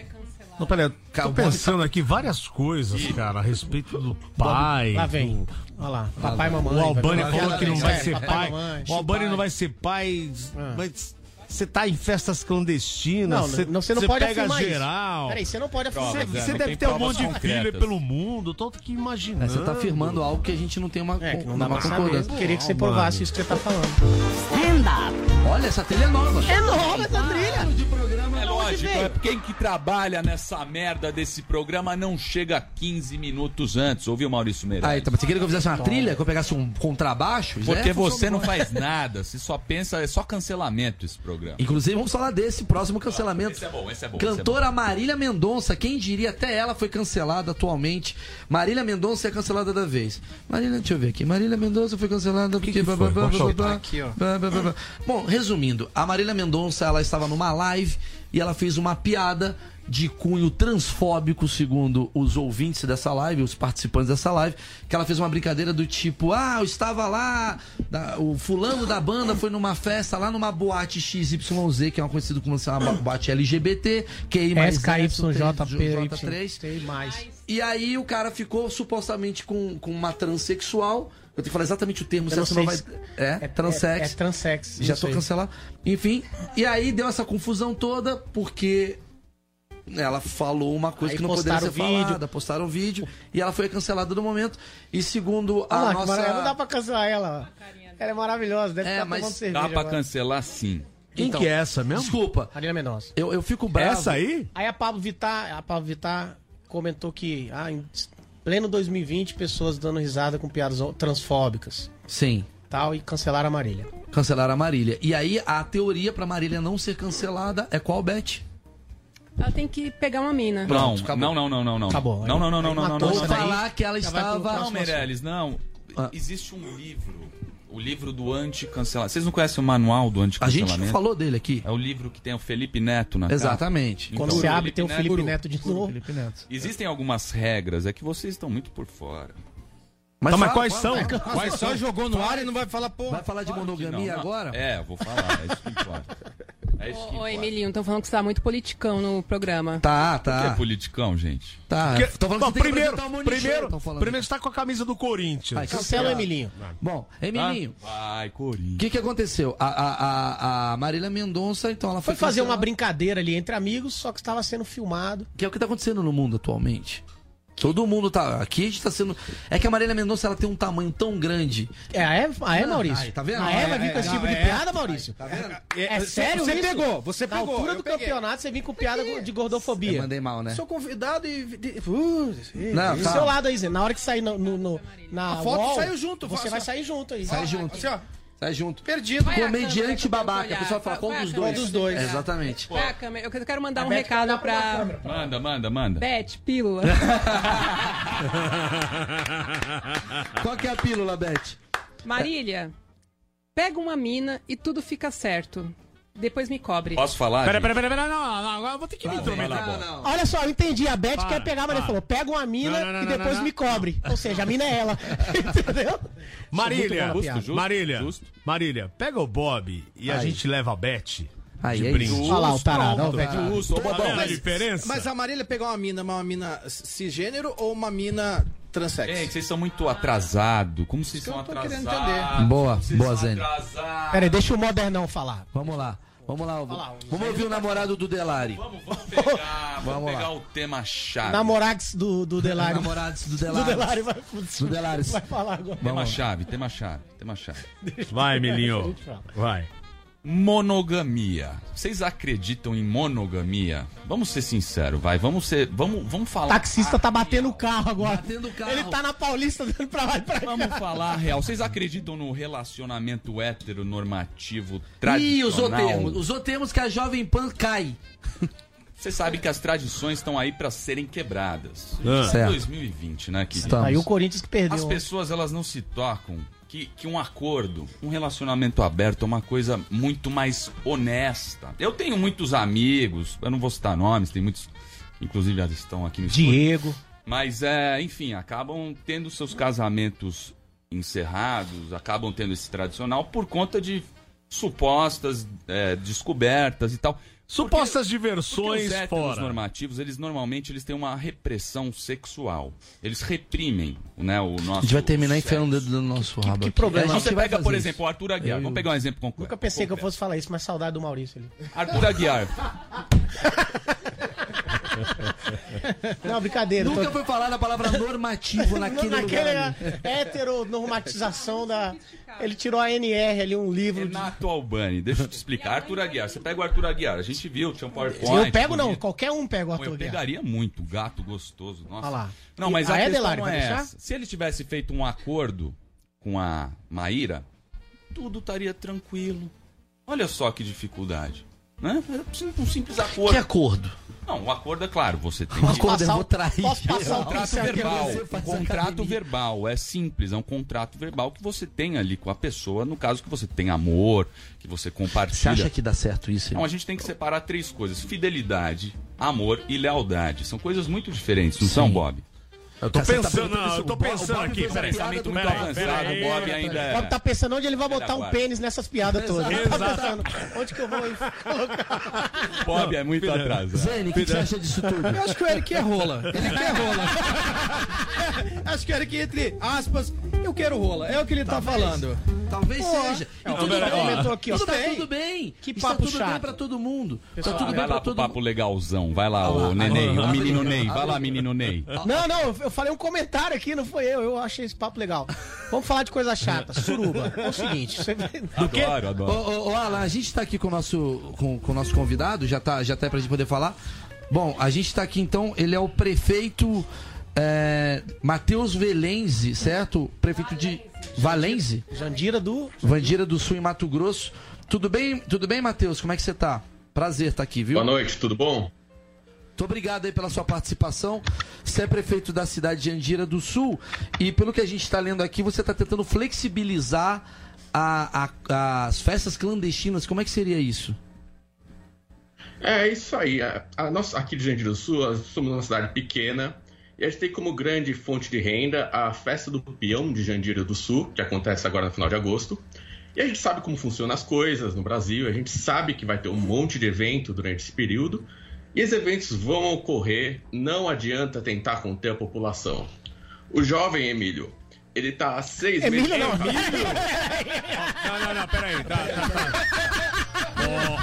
L: Não, peraí, eu tô
H: Acabou.
L: pensando aqui várias coisas, cara, a respeito do pai.
E: Lá vem.
L: do-
E: Olha lá. Papai e mamãe.
L: O
E: vai
L: Albani
E: falar.
L: falou que não
E: É,
L: vai ser
E: papai e
L: pai.
E: mamãe,
L: O Albani
E: chupai.
L: não vai ser pai. mas Você tá em festas clandestinas.
E: Não,
L: você-
E: não, você não
L: você
E: pode
L: pega
E: afirmar isso.
L: geral.
E: Peraí, você não pode afirmar
L: Você,
E: isso.
L: você
E: Não
L: deve
E: tem
L: ter um
E: provas
L: monte de
E: concretas.
L: filho pelo mundo. Tô aqui imaginando.
H: É, você tá afirmando algo que a gente não tem uma,
L: É, que não
E: dá
H: uma
E: pra saber.
H: concordância.
E: Queria que você provasse isso que você tá falando.
H: Olha, essa trilha é nova.
E: É nova essa trilha.
H: De programa
F: É lógico, é quem que trabalha nessa merda desse programa não chega 15 minutos antes, ouviu, Maurício Meirelles?
H: Aí, tá, mas você queria que eu fizesse uma trilha, que eu pegasse um contrabaixo? Isso
F: Porque
H: é função
F: você
H: do-
F: não faz nada, você só pensa, é só cancelamento esse programa.
H: Inclusive, vamos falar desse próximo cancelamento.
F: Esse é bom, esse é bom,
H: Cantora
F: esse é bom.
H: Marília Mendonça, quem diria, até ela foi cancelada atualmente. Marília Mendonça é cancelada da vez. Marília, deixa eu ver aqui. Marília Mendonça foi cancelada porque. blá, blá, blá, blá, blá, blá.
I: Aqui, ó.
H: Blá, blá, blá, blá. Bom, resumindo, a Marília Mendonça ela estava numa live e ela fez uma piada de cunho transfóbico, segundo os ouvintes dessa live, os participantes dessa live, que ela fez uma brincadeira do tipo, ah, eu estava lá, da- o fulano da banda foi numa festa lá numa boate XYZ, que é uma conhecida como assim, uma boate LGBT, que é mais
E: SKYJP. Tem mais.
H: E aí o cara ficou supostamente com, com uma transexual. Eu tenho que falar exatamente o termo,
E: Eu não
H: senão vai.
E: sei
H: É, transex.
E: É, é transex.
H: Já
E: isso
H: tô
E: aí.
H: cancelar. Enfim, e aí deu essa confusão toda porque ela falou uma coisa
E: Aí
H: que não poderia ser
E: postaram o vídeo.
H: falada, postaram o vídeo e ela foi cancelada no momento. E segundo a
E: Olha lá, que
H: Ah, nossa
E: maravilha. Não dá pra cancelar ela. ó. Ela é maravilhosa, deve
H: É,
E: estar
H: mas
E: tomando cerveja.
F: Dá pra
E: agora.
F: cancelar sim.
H: Quem
E: Então,
H: que é essa mesmo? Desculpa.
E: Marina Mendonça.
H: Eu, eu fico bravo.
L: Essa aí?
E: Aí a Pablo Vittar, a Pablo Vittar comentou que ah, em pleno 2020 pessoas dando risada com piadas transfóbicas,
H: Sim.
E: tal e cancelaram a Marília.
H: Cancelaram a Marília. E aí a teoria pra Marília não ser cancelada é qual, Beth?
J: Ela tem que pegar uma mina.
F: Não, não, não, não, não, não.
H: Acabou.
F: Não, não, não, não, não, não, não.
H: Ou
F: não, não.
H: falar que ela
F: Já vai pro
H: estava. Ah.
F: Não, Meirelles, não. Existe um livro, o livro do anticancelamento. Vocês não conhecem o manual do
H: A
F: anticancelamento?
H: gente falou dele aqui.
F: É o livro que tem o Felipe Neto na capa.
H: Exatamente.
F: Então,
E: Quando
F: o
E: você abre tem o Felipe
F: Neto-
E: Neto de novo.
F: Existem algumas regras, é que vocês estão muito por fora.
L: Mas, tá, mas
H: fala-
L: quais
H: fala-
L: são?
H: vai-
I: Mas só jogou no ar e não vai falar, pô.
H: Vai falar de monogamia
F: Não, não.
H: agora?
F: É, eu vou falar, é isso que importa. É isso que
J: Ô,
F: importa.
J: Emilinho, estão falando que você tá muito politicão no programa.
H: Tá,
F: Por que é
H: tá.
F: politicão, gente?
H: Tá.
L: Que-
H: Tô
L: Bom,
H: falando que você tem que
L: primeiro,
H: apresentar o Monichero,
L: primeiro,
H: tão falando.
L: primeiro você tá com a camisa do Corinthians.
H: Vai,
E: Cancela o Emilinho.
H: Bom,
E: Tá.
H: Emilinho,
F: Tá? Vai,
H: o
F: Corinthians.
H: que, que aconteceu? A, a, a, a Marília Mendonça, então, ela foi,
E: Foi fazer uma
H: cancelada,
E: brincadeira ali entre amigos, só que estava sendo filmado.
H: Que é o que tá acontecendo no mundo atualmente. Todo mundo tá. Aqui a gente tá sendo. É que a Marília Mendonça ela tem um tamanho tão grande.
E: É, a Eva, a Eva, Maurício.
H: Ai, tá vendo?
E: A Eva vir com esse
I: não,
E: tipo de
I: é.
E: piada,
H: Tá
E: Maurício?
I: É,
E: É sério
I: Você
E: isso?
I: pegou, você
E: Na
I: pegou.
E: altura
I: eu
E: do
I: peguei.
E: campeonato, você vem com piada de
H: Eu
E: gordofobia.
H: mandei mal, né?
I: Sou convidado e. de- Uh,
H: Não,
E: Do
H: tá.
E: seu lado aí, Zé. Na hora que sair no, no- no- na
I: A foto
E: wall,
I: saiu junto,
E: Você
I: faço-
E: vai sair junto aí.
H: Sai junto.
I: Assim, ó.
H: Sai junto.
I: Perdido.
J: Vai a câmera
H: Comediante
J: que eu
H: babaca.
J: quero
H: A pessoa
J: olhar.
H: fala, qual
J: Vai a
H: dos
J: câmera.
H: dois?
E: Qual dos dois?
H: É, exatamente.
J: Vai, câmera. Ah, Eu quero mandar um
E: Beth
J: recado
E: vai dar pra
J: pra
F: Manda, manda, manda.
J: Beth Pílula.
H: Qual que é a pílula, Beth?
J: Marília, pega uma mina e tudo fica certo. Depois me cobre.
F: Posso falar?
L: Peraí, peraí,
F: gente?
L: peraí, peraí, não, não, não, agora eu vou ter que me intrometer.
F: Vai lá,
H: não.
E: Olha só, eu entendi. A Beth
L: Para,
E: quer pegar, mas ele
L: para.
E: falou: pega uma mina
L: Não, não, não,
E: e
L: não,
E: depois
L: não,
E: me cobre. Ou seja, a mina é ela. Entendeu?
L: Marília,
E: Muito boa a piada.
F: justo.
L: Marília,
F: justo.
L: Marília, pega o Bob e a
H: Aí.
L: gente leva a Beth
H: Aí,
L: de
H: é
L: brinde.
H: isso.
E: Olha lá, o tarado. ó, o
L: Pronto.
E: velho.
F: Justo, ô,
L: Tá
F: Bobão.
L: vendo a diferença?
I: Mas a Marília pegou uma mina, uma mina cisgênero ou uma mina
H: é
I: transex?
F: Gente, vocês são muito atrasado. Como vocês
I: que
F: são
I: eu tô querendo
F: atrasados?
I: entender.
H: Boa,
F: Como vocês
H: boa,
F: são
H: Zene.
F: atrasados?
E: Peraí, deixa o modernão falar.
H: Vamos lá. Vamos lá.
E: lá, o
H: Vamos ouvir o namorado do Delari.
F: Vamos, vamos pegar, vamos
H: Vamos lá.
F: pegar o tema chave.
E: Namorax do, do Delário.
H: Namorados do
E: Do Delário
H: Delari.
E: vai,
H: Do Delari.
E: vai falar agora.
F: Tema chave, tema chave, tema chave.
L: Vai, Emilinho. Vai.
F: Monogamia. Vocês acreditam em monogamia? Vamos ser sinceros, vai. Vamos ser, vamos, vamos
E: O
F: falar.
E: taxista tá batendo o carro agora.
H: Batendo o carro.
E: Ele tá na Paulista dando pra lá e pra cá.
F: Vamos falar a real. Vocês acreditam no relacionamento heteronormativo
H: Ih,
F: tradicional?
H: usou termos. Usou termos que a Jovem Pan cai.
F: Você sabe que as tradições estão aí para serem quebradas. A gente
L: Ah.
F: tá em
L: Certo.
F: 2020, né, querido?
L: Estamos. Aí o Corinthians que perdeu né?
F: As
L: ontem.
F: pessoas elas não se tocam que, que um acordo, um relacionamento aberto é uma coisa muito mais honesta. Eu tenho muitos amigos, eu não vou citar nomes, tem muitos, inclusive eles estão aqui no estúdio.
E: Diego.
F: Mas, é, enfim, acabam tendo seus casamentos encerrados, acabam tendo esse tradicional por conta de supostas é, descobertas e tal.
G: Supostas
F: Porque
G: diversões
F: os héteros
G: fora.
F: normativos, eles normalmente eles têm uma repressão sexual. Eles reprimem né, o nosso.
H: A gente vai terminar
F: sexo.
H: enfiando o dedo no nosso rabo. aqui.
F: Então
H: A gente
F: você
H: vai
F: pega,
H: fazer
F: por
H: isso.
F: exemplo, o Arthur Aguiar.
H: Eu-
F: Vamos pegar um exemplo concreto.
E: Nunca pensei que eu fosse falar isso, mas saudade do Maurício ali.
F: Arthur Aguiar.
E: Não, brincadeira.
H: Nunca foi falada a palavra normativo naquele lugar
F: né?
H: ali.
E: heteronormatização da... Ele tirou a NR ali, um
F: É
E: livro. de-
F: Renato Albani, deixa eu te explicar. Arthur Aguiar, você pega o Arthur Aguiar, a gente viu, tinha um PowerPoint.
E: Eu pego não,
F: bonito.
E: qualquer um pega o
F: Eu
E: Arthur Guerra.
F: pegaria muito, gato gostoso. Nossa.
E: Olha lá.
F: Não,
E: E
F: mas
E: a
F: a, questão
E: Edelari,
F: não
E: vai
F: é
E: deixar?
F: essa. Se ele tivesse feito um acordo com a Maíra, tudo estaria tranquilo. Olha só que dificuldade. Né? Era preciso de um simples acordo.
H: Que acordo?
F: Não, o acordo é claro, você tem
H: Um
F: que...
H: acordo, eu vou trair.
F: Posso passar um contrato
H: Você
F: verbal.
H: faz
F: Um contrato verbal é simples, é um contrato verbal que você tem ali com a pessoa, no caso que você tem amor, que você compartilha.
H: Você acha que dá certo isso?
F: Então a gente tem que separar três coisas: fidelidade, amor e lealdade. São coisas muito diferentes, não são, Bob?
H: Eu
E: tô Cara, você tá pensando- perguntando não, isso. eu tô O Bob- pensando o Bob aqui, fez a peraí. piada
F: um Pensamento
E: do
F: muito
E: cara.
F: avançado, o
E: Peraí,
F: Bob ainda. é-
E: Bob tá pensando onde ele vai botar um
F: Guarda.
E: pênis nessas piadas todas. Ele Tá pensando, onde que eu vou colocar?
F: Bob é muito atrasado.
H: Zene, o que, que você acha disso tudo?
I: Eu acho que o Eric é rola. Ele quer rola. É, acho que o Eric, entre aspas, eu quero rola. É o que ele tá falando.
H: Talvez
I: Pô.
H: seja. E
I: Não,
H: tudo
I: pera- ó,
H: bem,
I: comentou aqui, ó.
H: Está
I: Tudo bem.
H: tudo bem.
I: Que
H: Está
I: papo
H: tudo bem
I: chato.
H: pra todo mundo. Está
F: Ah,
H: Tá tudo
F: vai
H: bem
F: lá
H: pra
F: pro
H: todo
F: papo legalzão. Vai lá, o neném, o menino Ney. Vai lá, menino Ney.
E: Não, não, eu- eu falei um comentário aqui, não foi eu. Eu achei esse papo legal. Vamos falar de coisa chata. Suruba. É o seguinte. Você...
H: Do quê? Ô, ô, ô, Alan, a gente tá aqui com o nosso, com, com o nosso convidado, já tá, já tá pra gente poder falar. Bom, a gente tá aqui então, ele é o prefeito é, Matheus Velenze, certo? Prefeito de Valenze?
E: Jandira do...
H: Vandira do Sul, em Mato Grosso. Tudo bem, tudo bem, Matheus? Como é que você tá? Prazer tá aqui, viu?
M: Boa noite, tudo bom?
H: Muito obrigado aí pela sua participação. Você é prefeito da cidade de Andira do Sul e pelo que a gente está lendo aqui, você está tentando flexibilizar a- a- as festas clandestinas. Como é que seria isso?
M: É isso aí. A, a nossa, aqui de Jandira do Sul, nós somos uma cidade pequena e a gente tem como grande fonte de renda a Festa do Peão de Jandira do Sul, que acontece agora no final de agosto. E a gente sabe como funcionam as coisas no Brasil, a gente sabe que vai ter um monte de evento durante esse período e esses eventos vão ocorrer, não adianta tentar conter a população. O jovem Emílio, ele tá há seis meses.
G: Emílio não, Emílio. Não, não, não, peraí. Tá, tá, tá.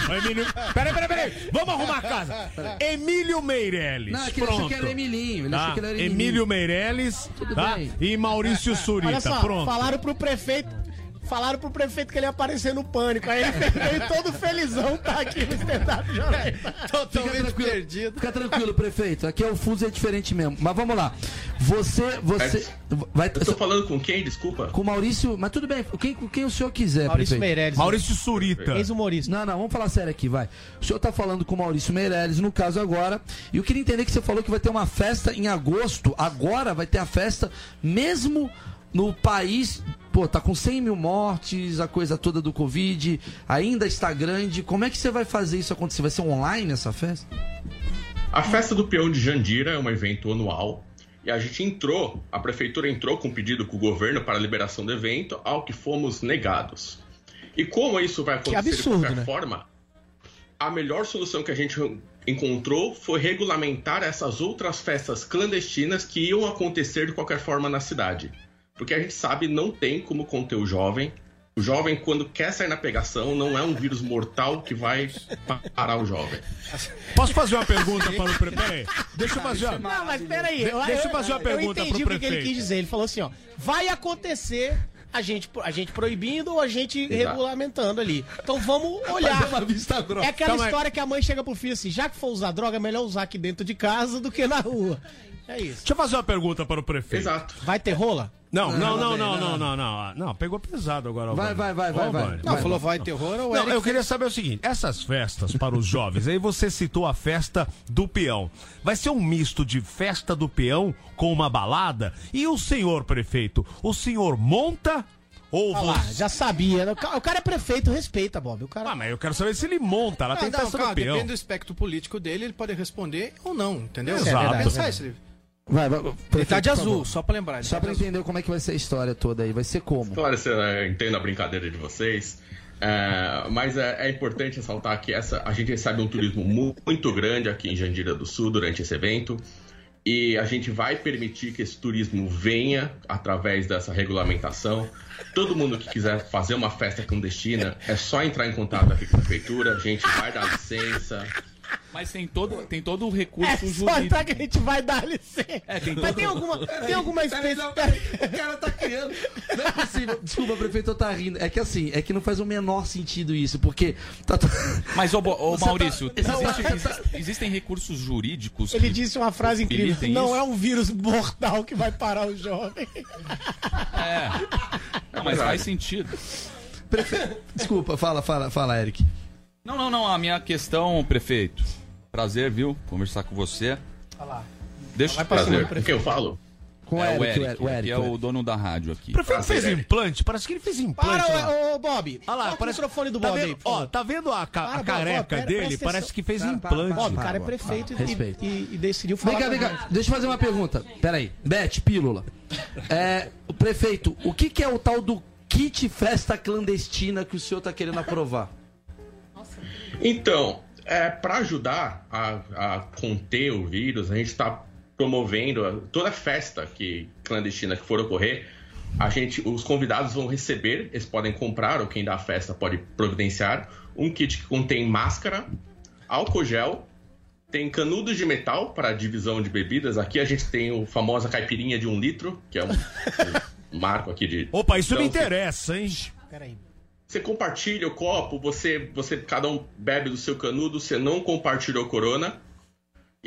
G: Ó, Emílio. Peraí, peraí, peraí. Vamos arrumar a casa. Emílio Meirelles.
H: Não, é que ele achou
G: Pronto.
H: que era Emilinho, ele
G: Tá?
H: achou que ele era Emilinho.
G: Emílio Meirelles tá?
H: bem.
G: e Maurício
E: Olha
G: Surita.
E: só,
G: Pronto.
E: falaram pro prefeito... Falaram pro prefeito que ele ia aparecer no pânico. Aí ele veio todo felizão, tá aqui no stand-up jornalista.
H: Fica tranquilo, Fica tranquilo, prefeito. Aqui é o fuso é diferente mesmo. Mas vamos lá. Você, você vai
M: É. Eu tô falando com quem, desculpa?
H: com o Maurício, mas tudo bem, quem, com quem o senhor quiser,
M: Maurício
H: prefeito.
M: Meirelles. Maurício
G: Surita.
E: Ex-humorista.
H: Não, não, vamos falar sério aqui, vai. O senhor tá falando com o Maurício Meirelles, no caso agora, e eu queria entender que você falou que vai ter uma festa em agosto, agora vai ter a festa, mesmo no país, pô, tá com 100 mil mortes, a coisa toda do Covid, ainda está grande, como é que você vai fazer isso acontecer? Vai ser online essa festa?
M: A festa do peão de Jandira é um evento anual e a gente entrou, a prefeitura entrou com um pedido com o governo para a liberação do evento, ao que fomos negados. E como isso vai acontecer
E: absurdo,
M: de qualquer
E: né?
M: forma, a melhor solução que a gente encontrou foi regulamentar essas outras festas clandestinas que iam acontecer de qualquer forma na cidade. Porque a gente sabe, não tem como conter o jovem. O jovem, quando quer sair na pegação, não é um vírus mortal que vai parar o jovem.
G: Posso fazer uma pergunta para o prefeito? Peraí. Ah, Deixa eu fazer uma.
E: Não, mas peraí.
G: De- é Deixa eu fazer uma pergunta
E: Eu entendi
G: pro
E: o que ele
G: prefeito.
E: quis dizer. Ele falou assim, ó. Vai acontecer a gente, a gente proibindo ou a gente
G: Exato.
E: regulamentando ali. Então vamos olhar.
H: uma vista grossa.
E: É aquela
H: Calma aí.
E: história que a mãe chega pro filho assim, já que for usar droga, é melhor usar aqui dentro de casa do que na rua. É isso.
G: Deixa eu fazer uma pergunta para o prefeito.
M: Exato.
E: Vai ter rola?
G: Não, não, não, não, não, não, não. Não, pegou pesado agora.
H: Vai,
G: Albani.
H: vai, vai,
G: Ô,
H: vai, vai.
G: Albani.
H: Não, falou
I: vai terror ou
E: é
G: Não,
I: Eric
G: eu queria saber o seguinte: essas festas para os jovens, aí você citou a festa do peão. Vai ser um misto de festa do peão com uma balada? E o senhor prefeito? O senhor monta ou
E: Ah lá,
G: você.
E: já sabia. né? O ca- o cara é prefeito, respeita, Bob. O cara...
G: Ah, mas eu quero saber se ele monta. Ela
I: Ah,
G: tem
I: não,
G: festa
I: calma,
G: do peão.
I: Depende do espectro político dele, ele pode responder ou não, entendeu?
G: Exato.
I: Você tem que
G: É
I: Pensar
G: verdade.
I: isso, ele-
H: Vai, vai,
I: Ele tá
H: prefeito,
I: de
H: por
I: azul,
H: favor.
I: só pra lembrar. ele
H: Só
I: tá
H: pra
I: de azul.
H: entender como é que vai ser a história toda aí. Vai ser como?
M: Claro, você, eu é, entendo a brincadeira de vocês, é, mas é, é importante ressaltar que essa, a gente recebe um turismo mu- muito grande aqui em Jandira do Sul durante esse evento e a gente vai permitir que esse turismo venha através dessa regulamentação. Todo mundo que quiser fazer uma festa clandestina é só entrar em contato aqui com a prefeitura, a gente vai dar licença.
F: Mas tem todo, tem todo o
E: É
F: recurso
E: só
F: jurídico.
E: entrar que a gente vai dar licença.
H: É,
E: Mas tem alguma, tem alguma espécie...
H: O cara tá criando. Não é possível. Desculpa, prefeito, eu tá rindo. É que assim, é que não faz o menor sentido isso, porque. Tá...
F: Mas, ô, Bo- ô
H: Você
F: Maurício,
H: tá- Não,
F: existe-
H: mas-
F: exi- existem recursos jurídicos.
E: Ele disse uma frase incrível.
F: Felipe, tem
E: Não
F: isso?
E: é um vírus mortal que vai parar o jovem.
F: É. Não, mas faz sentido.
H: Desculpa, fala, fala, fala, Eric.
F: Não, não, não. A minha questão, prefeito. Prazer, viu? Conversar com você.
E: Olha lá.
F: Deixa
M: Vai pra cima do prefeito. O que eu falo?
H: Com
F: é,
H: Eric,
F: o Eric,
H: o Eric,
F: que é
H: o Eric.
F: o dono da rádio aqui.
G: O prefeito fez um implante? Parece que ele fez implante. lá.
E: Para, ô, ô, Bob.
G: Olha lá,
E: Toca
G: parece...
E: o microfone do
G: tá
E: Bob
G: vendo,
E: aí, por
G: Ó,
E: favor.
G: tá vendo a, ca- a
E: Para, Bob,
G: careca
E: pera,
G: dele?
E: presta
G: Parece
E: atenção.
G: que fez
E: Para, para,
G: implante.
E: Bob, o cara é prefeito e-
H: Respeito.
E: e, e decidiu falar.
H: Vem cá,
E: com
H: vem
E: a
H: cá.
E: gente.
H: Deixa eu fazer uma pergunta. Peraí. Beth, pílula. É, o prefeito, o que, que é o tal do kit festa clandestina que o senhor tá querendo aprovar?
M: Então, é, para ajudar a, a conter o vírus, a gente está promovendo a- toda festa que, clandestina que for ocorrer. A gente, os convidados vão receber, eles podem comprar ou quem dá a festa pode providenciar um kit que contém máscara, álcool gel, tem canudos de metal para a divisão de bebidas. Aqui a gente tem o famosa caipirinha de um litro, que é um, um marco aqui de.
G: Opa, isso me
M: Então, você-
G: interessa, hein?
E: Peraí.
M: você compartilha o copo, você, você cada um bebe do seu canudo, você não compartilha o corona.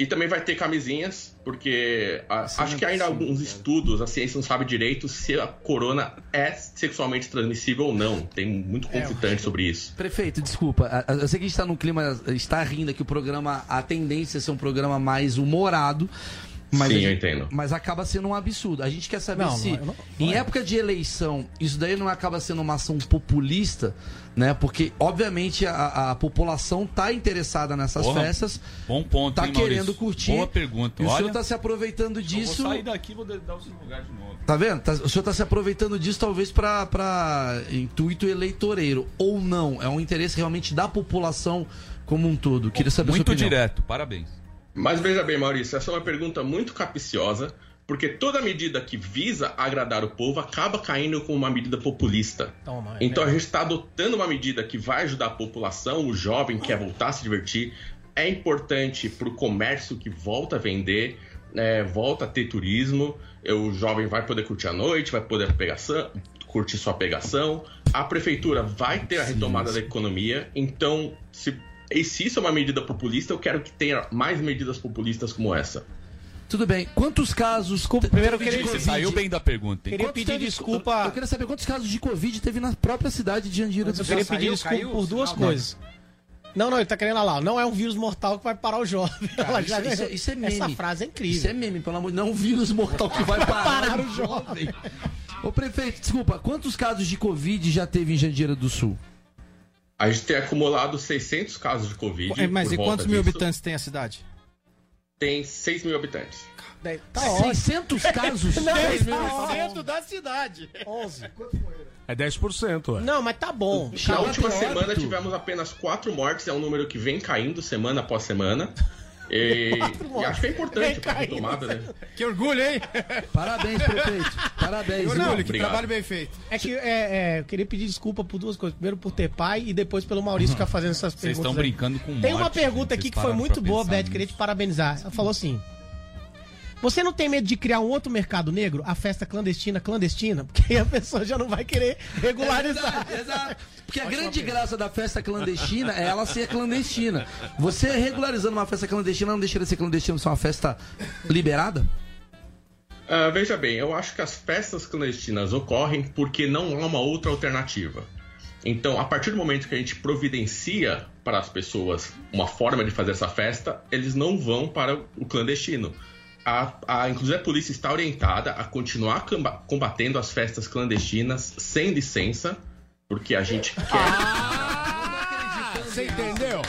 M: E também vai ter camisinhas, porque a-
F: é
M: acho que ainda há alguns estudos, a ciência não sabe direito se a corona é sexualmente transmissível ou não. Tem muito
F: É,
M: conflitante sobre isso.
H: Prefeito, desculpa. a- a- Eu sei que a gente tá num clima. Está rindo que o programa. A tendência é ser um programa mais humorado. Mas
M: Sim,
H: a gente-
M: eu entendo.
H: Mas acaba sendo um absurdo. A gente quer saber
E: Não,
H: se,
E: não, eu não-
F: é.
H: em época de eleição, isso daí não acaba sendo uma ação populista, né? Porque, obviamente, a, a população tá interessada nessas
F: Porra,
H: festas.
F: Bom ponto,
H: Tá
F: hein, Maurício?
H: querendo curtir.
F: Boa pergunta.
H: E o
F: Olha,
H: senhor tá se aproveitando
F: eu
H: disso.
F: vou sair daqui e vou dar o seu lugar de novo.
H: Tá vendo? Tá- o senhor tá se aproveitando disso talvez pra- pra intuito eleitoreiro ou não? É um interesse realmente da população como um todo. Queria saber a
F: Muito
H: sua opinião.
F: direto, parabéns.
M: Mas veja bem, Maurício, essa é uma pergunta muito capciosa, porque toda medida que visa agradar o povo acaba caindo como uma medida populista.
E: Toma, é
M: Então a gente está adotando uma medida que vai ajudar a população, o jovem quer voltar a se divertir, é importante para o comércio que volta a vender, né, volta a ter turismo, eh, o jovem vai poder curtir a noite, vai poder pegação, curtir sua pegação, a prefeitura vai ter a retomada da economia, então se, e se isso é uma medida populista, eu quero que tenha mais medidas populistas como essa.
H: Tudo bem. Quantos casos.
E: primeiro eu
H: teve
E: queria-
H: de
F: Você
H: Covid?
F: saiu bem da pergunta, hein?
E: Queria
H: Quantos
E: pedir
H: teve-
E: desculpa-
H: Eu, eu queria saber quantos casos de Covid teve na própria cidade de Jandira
E: Mas
H: do
E: eu
H: Sul.
E: queria pedir desculpa por duas coisas. Não, não, ele tá querendo olha lá. Não é um vírus mortal que vai parar o jovem. Ela
H: isso,
E: já-
H: isso é- isso é meme.
E: Essa frase é incrível.
H: Isso é meme, pelo amor de Deus. Não é um vírus mortal que vai parar,
E: Parar
H: o jovem. Ô prefeito, desculpa, quantos casos de Covid já teve em Jandira do Sul?
M: A gente tem acumulado 600 casos de Covid.
I: É, mas
M: por
I: e
M: volta
I: quantos mil
M: disso.
I: habitantes tem a cidade?
M: Tem 6 mil habitantes.
E: Daí- Tá ótimo.
H: 600 casos?
E: Não,
I: Dez
E: tá
I: mil.
E: ótimo.
I: da cidade.
E: 11.
G: É 10%, ué.
E: Não, mas tá bom.
M: Na
H: Cara,
M: é última
H: tem
M: semana
H: óbito.
M: tivemos apenas quatro mortes, é um número que vem caindo semana após semana. E, e acho que é
E: Quatro mortes. Vem
M: importante para
E: caindo.
M: retomada, né?
I: Que orgulho, hein?
H: Parabéns, prefeito. Parabéns.
I: Orgulho, que
M: Obrigado.
I: trabalho bem feito.
E: É que é, é, eu queria pedir desculpa por duas coisas. Primeiro por ter pai e depois pelo Maurício ficar fazendo essas
F: Vocês
E: perguntas.
F: estão
E: aí.
F: brincando com
E: Tem uma
F: morte,
E: pergunta
F: gente.
E: aqui
F: Vocês
E: que foi
F: pararam
E: muito
F: pra
E: boa,
F: pensar
E: Beth,
F: nisso.
E: queria te parabenizar. Ela falou assim: Você não tem medo de criar um outro mercado negro? A festa clandestina, clandestina? Porque aí a pessoa já não vai querer regularizar.
H: Exato, exato. Porque a grande graça da festa clandestina é ela ser clandestina. Você regularizando uma festa clandestina não deixa de ser clandestina, ser uma festa liberada?
M: Ah, veja bem, eu acho que as festas clandestinas ocorrem porque não há uma outra alternativa. Então, a partir do momento que a gente providencia para as pessoas uma forma de fazer essa festa, eles não vão para o clandestino. A, a, inclusive, a polícia está orientada a continuar camba- combatendo as festas clandestinas sem licença, porque a gente quer.
G: Ah, Você entendeu?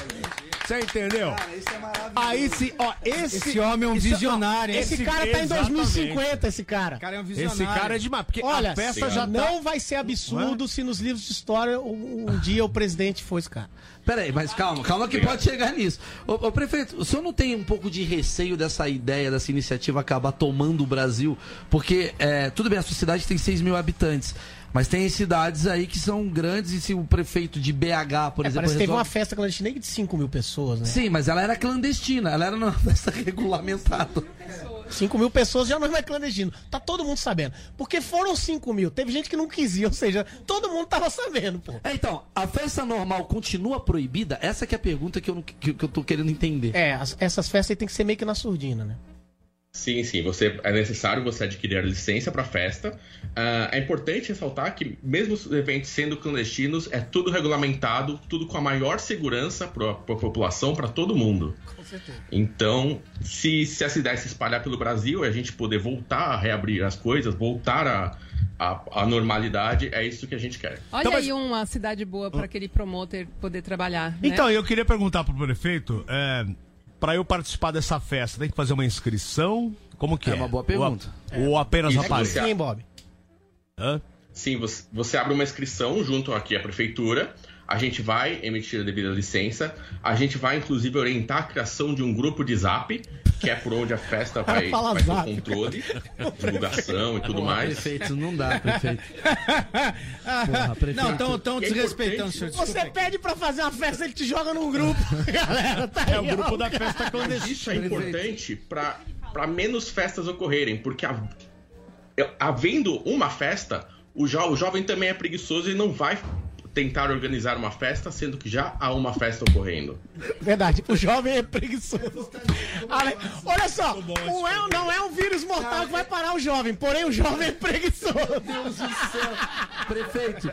G: Você entendeu?
E: é
G: Aí se, ó, esse,
E: Esse homem é um
G: isso- ó,
E: visionário, hein? Esse cara tá em
G: exatamente.
E: 2050, esse cara. Esse cara é um
G: Esse cara é demais, porque
E: Olha,
G: a festa já tá-
E: não vai ser absurdo se nos livros de história um, um dia o presidente fosse, cara.
H: Peraí, mas calma, calma que pode chegar nisso. Ô, ô, prefeito, o senhor não tem um pouco de receio dessa ideia, dessa iniciativa acabar tomando o Brasil? Porque, é, tudo bem, a sua cidade tem 6 mil habitantes, mas tem cidades aí que são grandes e se o prefeito de BH, por
E: É,
H: exemplo...
E: parece que teve uma
H: resolve-
E: festa clandestina de 5 mil pessoas, né?
H: Sim, mas ela era clandestina, ela era numa festa regulamentada.
E: 5 mil pessoas já não é clandestino. Tá todo mundo sabendo. Porque foram 5 mil. Teve gente que não quis ir, ou seja, todo mundo tava sabendo, pô.
H: É, então, a festa normal continua proibida? Essa que é a pergunta que eu, não- que, que eu tô querendo entender.
E: É, as- essas festas aí tem que ser meio que na surdina, né?
M: Sim, sim, você, é necessário você adquirir a licença para a festa. Ah, é importante ressaltar que, mesmo os eventos sendo clandestinos, é tudo regulamentado, tudo com a maior segurança para a população, para todo mundo.
E: Com certeza.
M: Então, se, se a cidade se espalhar pelo Brasil e a gente poder voltar a reabrir as coisas, voltar à a, a, normalidade, é isso que a gente quer.
J: Olha aí uma cidade boa para aquele promoter poder trabalhar. né?
G: Então, eu queria perguntar pro prefeito, é, para eu participar dessa festa, tem que fazer uma inscrição? Como que é? É uma boa É.
H: pergunta.
G: Ou, apenas
M: Isso,
G: aparece?
M: você- Sim,
E: Bob.
M: Sim, você, você abre uma inscrição junto aqui à prefeitura. A gente vai emitir a devida licença. A gente vai, inclusive, orientar a criação de um grupo de zap, que é por onde a festa
H: cara
M: vai,
H: fala
M: vai ter o
H: zap,
M: controle, divulgação e tudo
H: Porra,
M: mais.
H: Prefeito, não dá, prefeito.
E: Porra,
H: prefeito.
I: Não, tão- tão
E: E é
I: desrespeitando,
E: importante-
I: senhor, desculpa
E: Você
I: aí.
E: pede pra fazer uma festa, ele te joga num grupo. Galera, tá
M: É
H: É,
E: aí, ó, cara.
M: Mas Isso é importante para menos festas ocorrerem, porque a- eu- havendo uma festa, o, jo- o jovem também é preguiçoso e não vai tentar organizar uma festa, sendo que já há uma festa ocorrendo.
E: Verdade, o jovem é preguiçoso. Ale- Olha só, não é, não é um vírus mortal que vai parar o jovem, porém o jovem é preguiçoso. Meu
H: Deus do céu, prefeito.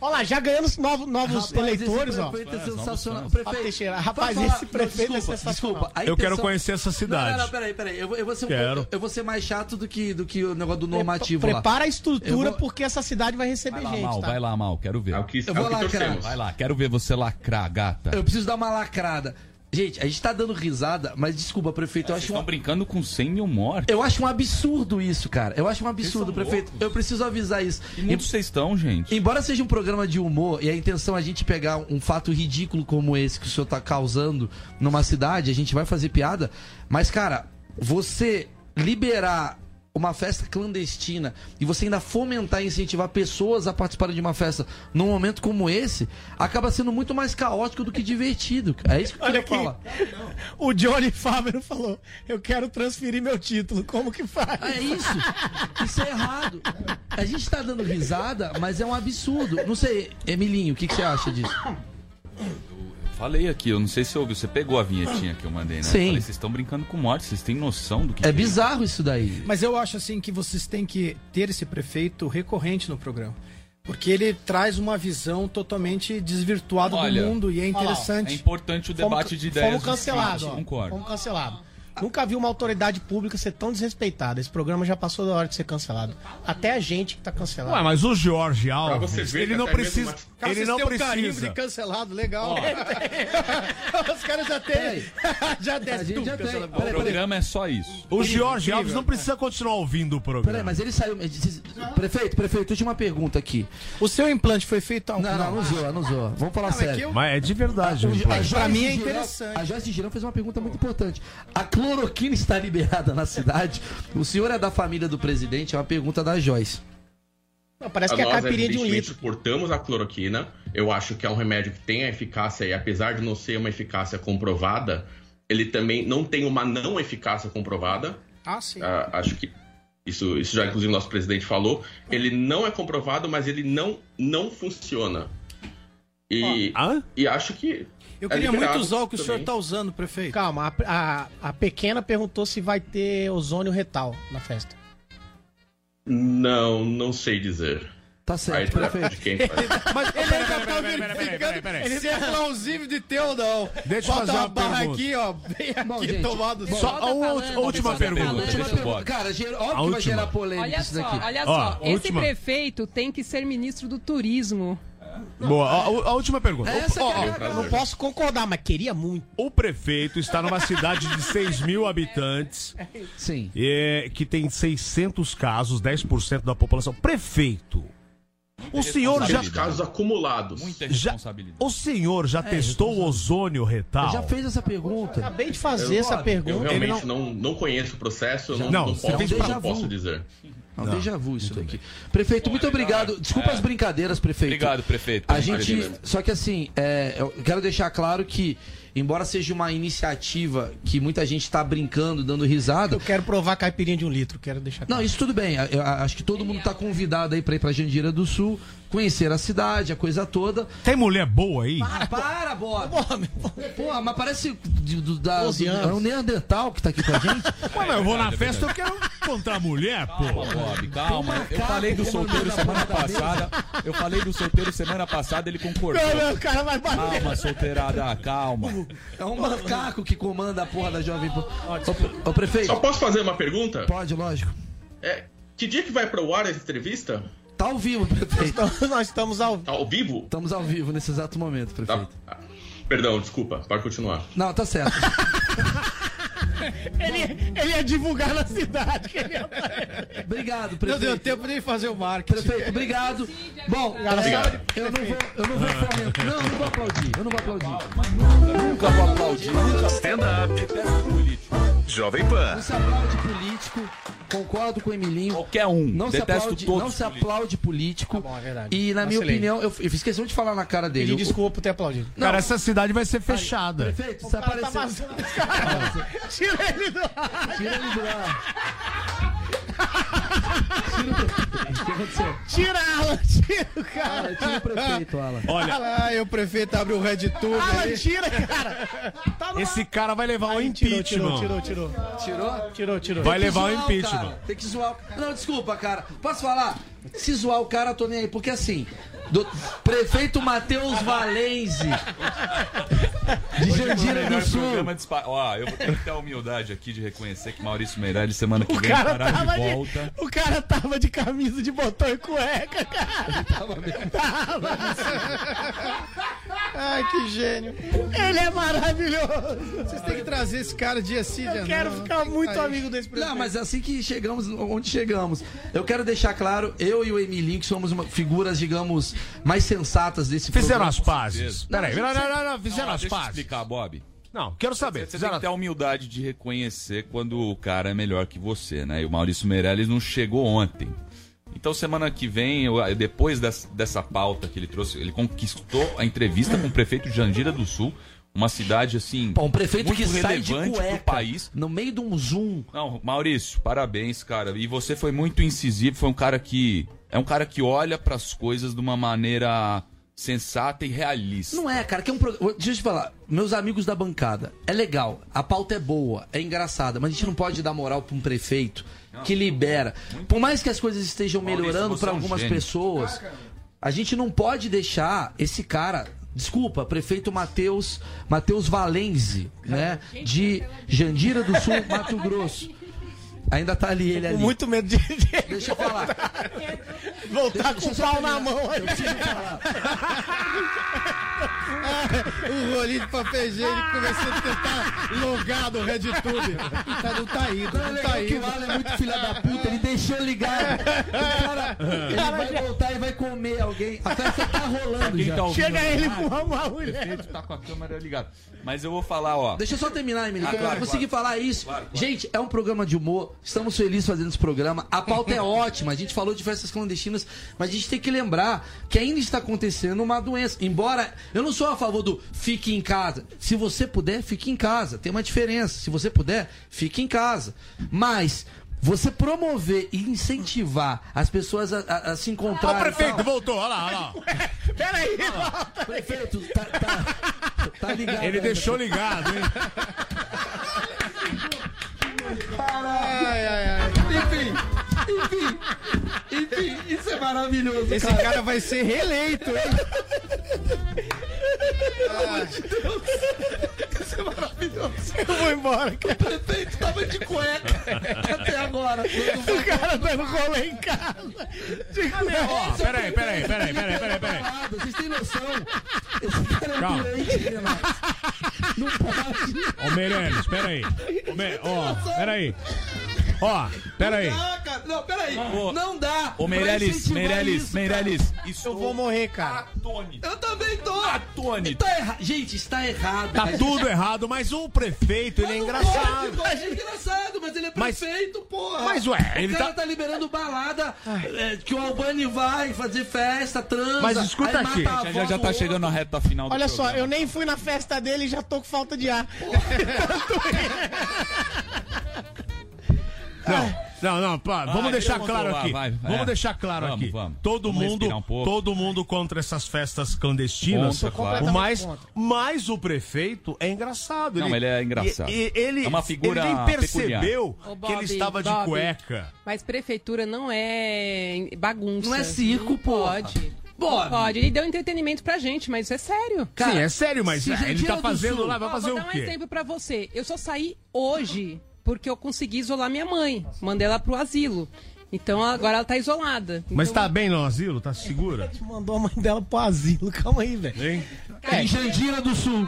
E: Olha lá, já ganhamos novos, novos eleitores, ó.
H: prefeito é sensacional.
E: Ó,
H: Prefeito,
E: Teixeira, rapaz,
H: vai
E: esse prefeito
H: Não,
E: é sensacional.
H: Desculpa, a
G: Eu quero
H: intenção-
G: conhecer essa cidade.
H: Não, não, não, peraí, peraí. Eu, vou- eu vou ser um
G: Quero.
H: pouco- eu vou ser mais chato do que, do que o negócio do normativo lá.
E: Prepara a estrutura
H: Eu vou-
E: porque essa cidade vai receber
H: lá,
E: gente,
H: Mal,
E: tá?
N: Vai lá, Mal, quero ver.
H: Eu vou é o que lacrar. torcemos.
N: Vai lá, quero ver você lacrar, gata.
H: Eu preciso dar uma lacrada. Gente, a gente tá dando risada, mas desculpa, prefeito, eu
N: Vocês
H: acho
N: estão
H: um...
N: brincando com 100 mil mortes.
H: Eu acho um absurdo isso, cara. Eu acho um absurdo,
N: Vocês são
H: prefeito. Eu preciso avisar isso.
N: Que mundo vocês estão, gente?
H: Embora seja um programa de humor e a intenção é a gente pegar um fato ridículo como esse que o senhor tá causando numa cidade, a gente vai fazer piada, mas cara, você liberar uma festa clandestina e você ainda fomentar e incentivar pessoas a participarem de uma festa num momento como esse, acaba sendo muito mais caótico do que divertido. cara. É isso que eu
E: Olha
H: queria
E: aqui,
H: falar.
E: o Johnny Fávero falou, eu quero transferir meu título, como que faz?
H: É isso. Isso é errado. A gente tá dando risada, mas é um absurdo. Não sei, Emilinho, o que, que você acha disso?
N: Falei aqui, eu não sei se você ouviu, você pegou a vinhetinha que eu mandei, né?
H: Sim.
N: Falei, vocês estão brincando com morte, vocês têm noção do que
H: É bizarro isso daí.
I: Mas eu acho assim que vocês têm que ter esse prefeito recorrente no programa. Porque ele traz uma visão totalmente desvirtuada
N: Olha,
I: do mundo e é
E: olha lá,
I: interessante.
N: é importante o debate de ideias.
E: Fomos cancelados, ó.
N: Concordo.
E: Fomos cancelados. Nunca vi uma autoridade pública ser tão desrespeitada. Esse programa já passou da hora de ser cancelado. Até a gente que tá cancelado.
G: Ué, mas o Jorge
E: você
G: Alves,
E: ver
G: ele
E: que
G: não
E: até
G: precisa.
E: mesmo uma-
I: Cara,
G: ele
I: vocês
G: não
I: têm o carimbo de
G: precisa.
I: cancelado,
N: Ó.
I: legal. Os caras já têm. já desce tudo. cancelado.
N: O programa é só isso.
G: O Jorge Alves não precisa continuar ouvindo o programa.
H: Peraí, mas ele saiu. Prefeito, prefeito, eu tinha uma pergunta aqui.
I: O seu implante foi feito ao.
H: Não, não, não zoa, não zoa. Vamos falar
I: Não, é que
H: sério.
I: eu-
G: Mas é de verdade. gente.
H: A Joyce
I: Pra mim é
H: Girão-
I: interessante.
H: A Joyce Girão fez uma pergunta muito importante. A cloroquina está liberada na cidade? O senhor é da família do presidente? É uma pergunta da Joyce.
E: parece que é a
M: Nós,
E: caipirinha de um
M: evidentemente,
E: litro.
M: Portamos a cloroquina. Eu acho que é um remédio que tem a eficácia, e apesar de não ser uma eficácia comprovada, ele também não tem uma não eficácia comprovada.
I: Ah, sim.
M: Ah, acho que isso, isso já inclusive o nosso presidente falou. Ele não é comprovado, mas ele não, não funciona. E, e acho que. é
O: Eu queria muito usar o que o senhor está usando, prefeito.
E: Calma, a, a- a pequena perguntou se vai ter ozônio retal na festa.
M: Não, não sei dizer.
H: Tá
M: certo, perfeito. Quem faz.
O: Mas ele ainda tá verificando se é plausível de ter ou não.
G: Deixa eu
O: Bota
G: fazer uma
O: barra
G: pergunta.
O: aqui, ó. Bem aqui,
H: Bom, gente,
O: tomado.
H: bom,
O: Só
H: tá
O: a
H: falando,
O: última, última
H: tá falando.
O: pergunta.
H: Última
O: Deixa eu
H: pergunta.
O: botar.
H: Cara, ger- óbvio que vai gerar polêmica
J: Olha
H: isso
J: só,
H: daqui.
J: olha
G: Ó,
J: só. Esse
G: última.
J: prefeito tem que ser ministro do turismo.
G: Boa, a, a última pergunta.
J: Essa
G: Ó,
J: que é a
G: ó,
J: verdade.
G: não posso
E: concordar, mas queria muito.
G: O prefeito está numa cidade de 6 mil habitantes. é,
H: Sim.
G: que tem 600 casos, 10% da população. Prefeito, o senhor já.
M: Aqueles casos acumulados. Muita
G: já o senhor já testou o ozônio retal?
M: Já
H: fez essa pergunta.
E: Acabei de
M: Eu- Eu realmente não... Não, conheço o processo, eu não,
H: Não,
M: não,
H: você fez
M: posso,
H: déjà
M: não posso
H: vu.
M: dizer.
H: Não, déjà vu isso daqui. Prefeito, muito
E: é.
H: obrigado. Desculpa as é brincadeiras, prefeito.
F: Obrigado, prefeito.
H: A gente.
F: Imagina.
H: Só que assim, é, eu quero deixar claro que, embora seja uma iniciativa que muita gente está brincando, dando risada. Eu
E: quero provar a caipirinha de um litro, quero deixar
H: Não, isso tudo bem. Eu acho que todo mundo está convidado aí para ir para Jandira do Sul, conhecer a cidade, a coisa toda.
G: Tem mulher boa aí?
H: Para, para, bora. Porra, mas parece de- do- da,
G: Doze anos.
H: é um Neandertal que tá aqui com a gente.
G: Mano, eu vou na festa, eu quero encontrar mulher, pô.
F: Bob, calma. Eu falei do solteiro semana passada. Eu falei do solteiro semana passada, ele concordou.
H: Não, não, o cara vai bater.
F: Calma, solteirada, calma.
H: É um macaco que comanda a porra da Jovem Pan. Ô, ô, prefeito.
M: Só posso fazer uma pergunta?
H: Pode, lógico.
M: É, que dia que vai pro ar essa entrevista?
H: Tá ao vivo, prefeito.
E: Nós estamos ao vivo.
M: Tá ao vivo?
H: Estamos ao vivo nesse exato momento, Tá, prefeito.
M: Tá. Ah, Perdão, desculpa, pode continuar.
H: Não, tá certo.
E: Ele, ele ia divulgar na cidade. que ele ia-
H: Obrigado,
O: Não deu tempo nem fazer o marketing.
H: Prefeito, obrigado. Bom,
O: Obrigado.
H: é, eu não vou, eu não vou fomentar. Não, eu não vou aplaudir. Eu não vou aplaudir.
F: Nunca vou aplaudir.
P: Stand-up. Jovem
H: Não
P: Pan.
H: se aplaude político. Concordo com o Emilinho.
F: Qualquer um.
H: Não se
F: Detesto
H: aplaude,
F: todos
H: não se
F: políticos.
H: aplaude político.
E: Tá
H: E na minha
E: é Excelente.
H: opinião, eu, eu fiz questão de falar na cara dele.
E: Pedi desculpa por ter aplaudido.
H: Não. Cara, essa
G: cidade vai ser fechada.
H: Prefeito, se
E: Tá
H: aparecer.
E: vazando, cara. Tira ele do ar.
H: Tira ele do ar.
E: Tira, Alan, tira o cara. "Ah,
H: Tira o prefeito, Alan.
G: Olha.
O: Ai, o prefeito abre o Red Tube.
E: Alan,
O: ali.
E: tira, cara.
G: Esse cara vai levar o
E: Tirou,
G: impeachment.
E: tirou, tirou, tirou.
H: Tirou?
E: Tirou, tirou.
G: Vai
H: Tem que
G: levar o
H: zoar
G: impeachment.
H: cara. Tem que zoar. o- Não, desculpa, cara. Posso falar? Se zoar o cara, eu tô nem aí. Porque assim, do- prefeito Matheus Valenze. De Jandira do Sul.
F: é Programa dispa- Ó, eu vou ter que ter a humildade aqui de reconhecer que Maurício Meirelles semana que
E: O
F: vem
E: cara,
F: estará
E: tava
F: de
E: de,
F: volta.
E: o cara tava de camisa de botão e cueca, cara.
H: Tava mesmo.
E: Tava.
O: Ai, que gênio.
E: Ele é maravilhoso.
O: Vocês têm que trazer esse cara dia sim,
E: Eu quero ficar muito amigo desse prefeito.
H: Não, mas assim que chegamos onde chegamos, eu quero deixar claro, eu e o Emilinho, que somos uma- figuras, digamos, mais sensatas desse
G: Fizeram
H: programa.
G: as pazes. Peraí, não, não, não, não, fizeram
F: Não,
G: as
F: deixa eu
G: pazes.
F: explicar, Bob.
G: Não, quero saber.
F: Você tem que ter a humildade de reconhecer quando o cara é melhor que você, né? E o Maurício Meirelles não chegou ontem. Então, semana que vem, eu- depois das- dessa pauta que ele trouxe, ele conquistou a entrevista com o prefeito de Jandira do Sul, uma cidade, assim,
H: Um prefeito
F: muito
H: que sai
F: relevante
H: de
F: pro
H: cueca
F: país.
H: no meio de um zoom.
F: Não, Maurício, parabéns, cara. E você foi muito incisivo, foi um cara que... É um cara que olha pras coisas de uma maneira sensata e realista.
H: Não é, cara, que é um programa. Deixa eu te falar, meus amigos da bancada, é legal, a pauta é boa, é engraçada, mas a gente não pode dar moral pra um prefeito que libera. Por mais que as coisas estejam
F: Maurício,
H: melhorando
F: você
H: pra
F: é um
H: algumas
F: gênio.
H: pessoas, a gente não pode deixar esse cara. Desculpa, prefeito Matheus Matheus Valenze, né? De Jandira do Sul, Mato Grosso. Ainda tá ali ele ali.
E: Muito medo de
H: Deixa eu falar.
E: É voltar com o pau na mão.
H: Eu preciso falar.
O: O rolinho de papel higiênico começando a tentar logar no Red Tube. Tá, não tá indo,
H: Não, é
O: não
H: legal
O: tá
H: que o
O: indo.
H: Alan é muito filha da puta, ele deixou ligado. O cara, ele vai voltar e vai comer alguém. A festa tá rolando
F: Quem
H: já.
F: tá ouvindo
E: Chega
F: na
E: ele
F: rádio,
E: com uma
F: O
E: mulher.
F: prefeito tá com a câmera ligada. Mas eu vou falar, ó.
H: é. Deixa eu só terminar, Emílio,
F: Ah,
H: que eu
F: claro,
H: não consegui
F: claro.
H: falar isso.
F: Claro, claro.
H: Gente, é um programa de humor, estamos felizes fazendo esse programa. A pauta é ótima, a gente falou de festas clandestinas, mas a gente tem que lembrar que ainda está acontecendo uma doença. Embora eu não sou a favor do fique em casa. Se você puder, fique em casa. Tem uma diferença. Se você puder, fique em casa. Mas. Você promover e incentivar as pessoas a, a- a se encontrar.
G: Ó, o prefeito voltou, olha lá, olha lá.
E: Peraí,
H: Prefeito, tá, tá- Tá ligado,
G: Ele
H: né?
G: deixou ligado, hein?
H: Ai, ai, ai. Enfim, enfim, enfim, isso é maravilhoso.
O: Esse cara vai ser reeleito, hein?
H: Pelo amor de Deus. Isso é maravilhoso.
O: Eu vou embora, cara.
H: O prefeito tava de cueca até agora. O
O: cara dando rolê em casa. De cueca.
G: Ó, peraí, peraí, peraí, peraí, peraí, peraí.
H: Vocês têm noção? Esse cara é um
G: Calma.
H: doente, Renato. Não pode.
G: Ô, Meirelles, peraí. Ô, Me... ó, peraí. Ó, peraí.
H: Ah, cara, Não, peraí.
F: Ô,
H: não dá.
F: Ô, Meirelles, Meirelles, Meirelles.
G: Isso
F: eu vou
E: morrer, cara.
H: Eu também tô.
F: Atônito.
H: Tá erra... Gente, está errado.
G: Tá Ah, tudo errado, mas o prefeito, ele é engraçado.
H: Pode, pode, é engraçado, mas ele é
G: Mas-
H: prefeito, porra.
G: Mas, ué,
H: o
G: ele
H: cara
G: tá-
H: tá... liberando balada é, que o Albani vai fazer festa, transa. aí mata a avó
F: Já, já tá
H: do
F: chegando na reta final do
E: Olha só,
F: programa.
E: eu nem fui na festa dele e já tô com falta de ar.
G: Não, não, pá,
F: Vai,
G: vamos deixar
F: vira a
G: claro
F: motor,
G: aqui.
F: vai, vai.
G: Vamos
F: É.
G: deixar claro
F: Vamos,
G: aqui.
F: vamos.
G: Todo
F: Vamos
G: mundo,
F: respirar um pouco.
G: todo mundo contra essas festas clandestinas.
F: Contra, claro.
G: Mas,
F: Completamente
G: mas o prefeito é engraçado.
F: Não, ele é engraçado.
G: e- e- ele,
F: É uma figura
G: ele nem percebeu
F: peculiar.
J: Ô,
G: que
J: Bob,
G: ele estava de
J: Bob.
G: cueca.
J: Mas prefeitura não é bagunça.
H: Não é circo,
J: Não
H: porra.
J: Pode.
H: Bob.
J: Não Pode. Ele deu entretenimento pra gente, mas isso é sério.
G: Sim, é sério, mas
H: se
G: é, ele
H: Jandira
G: tá
H: do
G: fazendo
H: Sul-
G: lá, vai
J: Ó,
G: fazer
J: vou
G: o
J: dar um
G: quê?
J: exemplo pra você. Eu só saí hoje porque eu consegui isolar minha mãe. Mandei ela pro asilo. Então agora ela tá isolada.
G: Mas
J: Então-
G: tá bem no asilo? Tá segura?
E: Mandou a mãe dela pro asilo, calma aí, velho. É,
H: Em Jandira do Sul.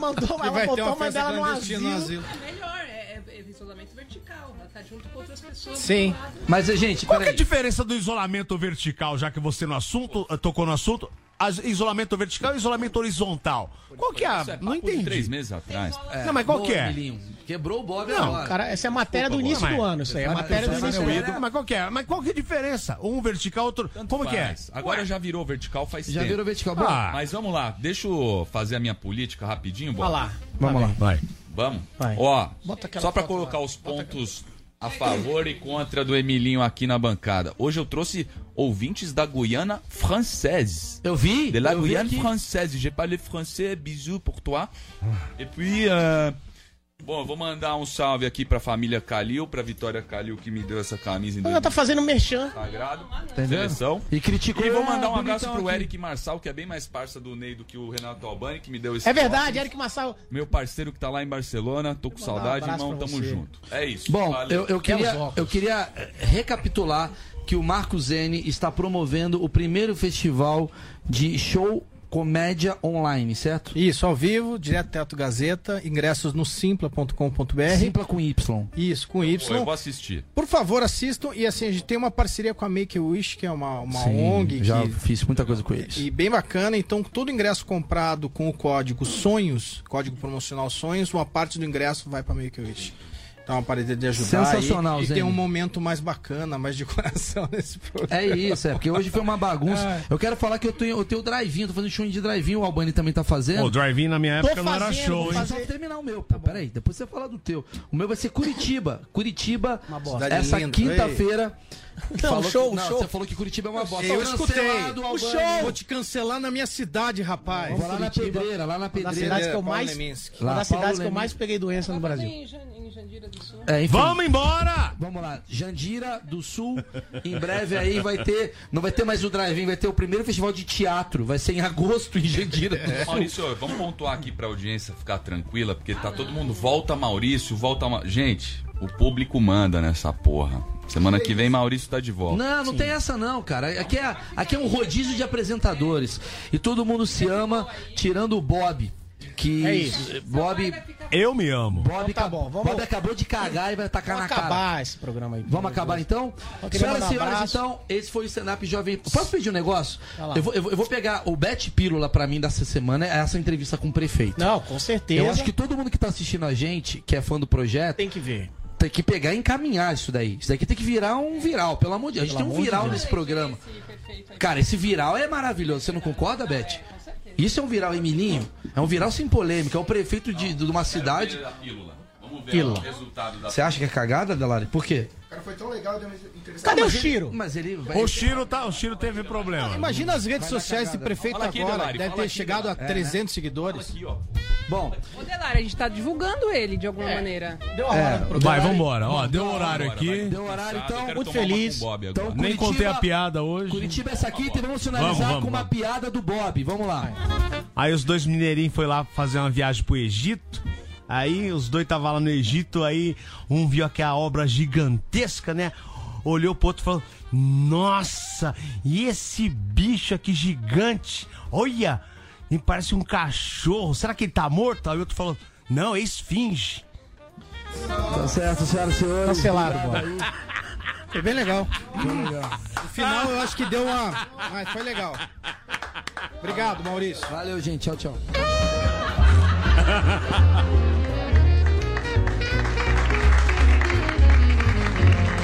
E: Mandou,
I: Que
E: ela
I: vai ter
E: botou a
I: uma
E: mãe
I: festa
E: dela no
I: clandestina
E: asilo.
I: no
H: asilo.
J: É melhor, é, é isolamento vertical. Ela tá junto com outras pessoas.
H: Sim.
J: do lado.
H: Mas, gente,
G: Qual que é a diferença do isolamento vertical, já que você no assunto, eh, tocou no assunto? as- isolamento vertical e isolamento horizontal. Qual que é? a-
F: Isso é
G: não
F: papo de
G: entendi.
F: Três meses atrás.
G: não, mas qual
H: boa,
G: que é?
H: Milinho. Quebrou o Bob
G: Não,
H: agora.
E: Cara, essa é a matéria do
G: Desculpa,
E: início do
G: Bob.
E: ano, isso aí. É a
G: Várias
E: matéria do
G: pessoas
E: início do
G: são
E: ano.
G: meu ídolo. Mas qual que é? Mas qual que é a diferença? Um vertical, outro... Como que é?
F: Faz. Agora já virou vertical faz
H: Já
F: tempo.
H: virou vertical, bom.
F: Ah. Mas vamos lá, deixa eu fazer a minha política rapidinho, Bob.
G: Vamos lá. Vai.
F: Vamos? Ó,
G: Ah. Bota aquela
F: só pra
G: foto lá.
F: colocar os pontos a favor e contra do Emilinho aqui na bancada. Hoje eu trouxe ouvintes da Guiana Française.
H: Eu vi.
F: De la
H: eu vi
F: Guyane
H: aqui.
F: Française. J'ai parlé français, bisous pour toi.
H: Ah.
F: E puis, eh, bom, eu vou mandar um salve aqui pra família Calil, pra Vitória Calil que me deu essa camisa em
E: Ela tá fazendo merchan.
F: Sagrado.
H: Entendeu?
F: Seleção.
H: E criticou.
F: E vou mandar um
H: Ah,
F: abraço
H: bonitão
F: pro
H: aqui.
F: Eric Marçal, que é bem mais parça do Ney do que o Renato Albani, que me deu esse.
E: É verdade,
F: toque.
E: Eric Massal.
F: Meu parceiro que tá lá em Barcelona, tô com saudade,
E: um abraço
F: irmão,
E: pra
F: tamo
E: você.
F: junto. É isso.
H: Bom,
F: valeu.
H: eu, eu queria, eu queria eh, recapitular que o Marco Zene está promovendo o primeiro festival de show comédia online, certo?
I: Isso, ao vivo, direto Teto Gazeta, ingressos no simpla.com.br.
H: Simpla com Y.
I: Isso, com
F: Pô,
I: Y.
F: eu vou assistir.
I: Por favor, assistam. E assim, a gente tem uma parceria com a Make a Wish, que é uma, uma
H: Sim,
I: ONG.
H: já
I: que-
H: fiz muita coisa com eles.
I: E bem bacana, então todo ingresso comprado com o código SONHOS, código promocional SONHOS, uma parte do ingresso vai para Make a Wish. Então é uma parede de ajudar aí,
H: Sensacional,
I: e,
H: Zene.
I: tem um momento mais bacana, mais de coração nesse programa.
H: É isso, é, porque hoje foi uma bagunça.
I: Ai.
H: Eu quero falar que eu tenho, eu tenho o drive-in, eu tô fazendo show de drive-in, o Albani também tá fazendo.
G: Pô, o drive-in na minha
H: Tô
G: época não era
H: fazendo,
G: show,
H: vou
G: hein?
H: fazer- Só terminar o meu. Tá Peraí, depois você fala do teu. O meu vai ser Curitiba. Curitiba,
I: bosta.
H: essa
I: Cidade linda,
H: quinta-feira.
I: Não,
H: Falou
I: show,
H: que, não,
I: show.
H: Você falou que Curitiba é uma bosta.
I: Eu
H: Tá
I: escutei.
H: cancelado,
I: O
H: Albani.
I: show! Vou te cancelar na minha cidade, rapaz.
H: Vou lá na pedreira, lá na
E: Uma das
H: pedreira.
E: cidades que eu mais,
I: Leminski.
E: uma
H: Lá,
E: das
H: Paulo
E: cidades que eu
H: Leminski.
E: mais peguei doença
I: Ah,
E: no Brasil.
H: É, enfim.
G: Vamos embora!
H: Vamos lá, Jandira do Sul. Em breve aí vai ter. Não vai ter mais o drive-in, vai ter o primeiro festival de teatro. Vai ser em agosto em Jandira
G: É.
H: do Sul.
F: Maurício, vamos pontuar aqui pra audiência ficar tranquila, porque tá todo mundo volta Maurício, volta Ma... Gente, o público manda nessa porra. Semana que vem Maurício tá de volta.
H: Não, não tem essa não, cara. Aqui é, aqui é um rodízio de apresentadores. E todo mundo se ama, tirando o Bob. Que
E: É isso.
H: Bob,
G: Eu me amo.
H: Bob,
E: Tá bom, vamos-
H: Bob acabou de cagar e vai tacar
E: Vamos
H: na cara.
E: acabar esse programa aí.
H: Vamos acabar então?
E: Eu queria
H: Senhoras
E: mandar
H: e
E: um
H: senhores,
E: abraço.
H: então, esse foi o stand-up jovem. Posso pedir um negócio?
E: Vai lá.
H: Eu vou, eu vou- eu vou pegar o Bet Pílula pra mim dessa semana, é essa entrevista com o prefeito.
E: Não, com certeza.
H: Eu acho que todo mundo que tá assistindo a gente, que é fã do projeto,
E: tem que ver.
H: tem que pegar e encaminhar isso daí. Isso daqui tem que virar um viral, pelo amor de Deus. A gente
E: Pelo
H: tem um
E: amor de
H: viral
E: Deus.
H: nesse programa. Cara, esse viral é maravilhoso. Você não concorda, Beth? Isso é um viral, Emilinho? É um viral sem polêmica. É o prefeito de, de uma cidade.
F: Pílula. Vamos ver
H: Pílula.
F: o resultado da
H: Você acha que é cagada, Delari? Por quê?
Q: foi tão legal, deu interessante.
E: Cadê o
Q: Mas ele-
E: Chiro?
H: Mas ele
G: O Chiro, tá, o Chiro teve problema.
Q: Ah, Imagina as redes
G: Vai na
Q: sociais do
G: cagada.
Q: prefeito
G: Fala aqui,
Q: agora.
G: Delari,
Q: deve
G: fala
Q: ter
G: aqui,
Q: chegado a
G: Delari. É, né?
Q: 300 seguidores. É,
H: Bom,
J: Ô, Delari, a gente tá divulgando ele de
H: É.
J: alguma maneira.
Q: Deu
G: Vai, vambora. Ó, deu um horário aqui.
H: Deu horário, então.
G: Muito feliz.
H: Então,
G: Nem
H: Curitiba-
G: contei a piada hoje.
H: Curitiba, essa quinta e vamos finalizar
G: Vamos, vamos,
H: com uma piada do Bob. Vamos lá.
G: Aí os dois mineirinhos foi lá fazer uma viagem pro Egito. Aí os dois estavam lá no Egito, aí um viu aquela obra gigantesca, né? Olhou pro outro e falou: Nossa, e esse bicho aqui gigante? Olha, me parece um cachorro. Será que ele tá morto? Aí o outro falou: Não, é esfinge.
H: Tá certo, senhoras e senhores.
Q: Cancelado, Bob. Foi bem legal.
I: Ah,
Q: No final eu acho que deu uma. Mas foi legal. Obrigado, Maurício.
H: Valeu, gente. Tchau, tchau.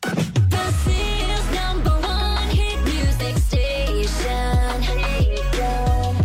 O: This is number one hit music station. Jovem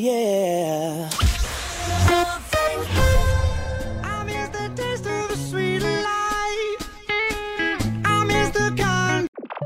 O: Yeah. I miss the taste of a sweet life. I miss the kind.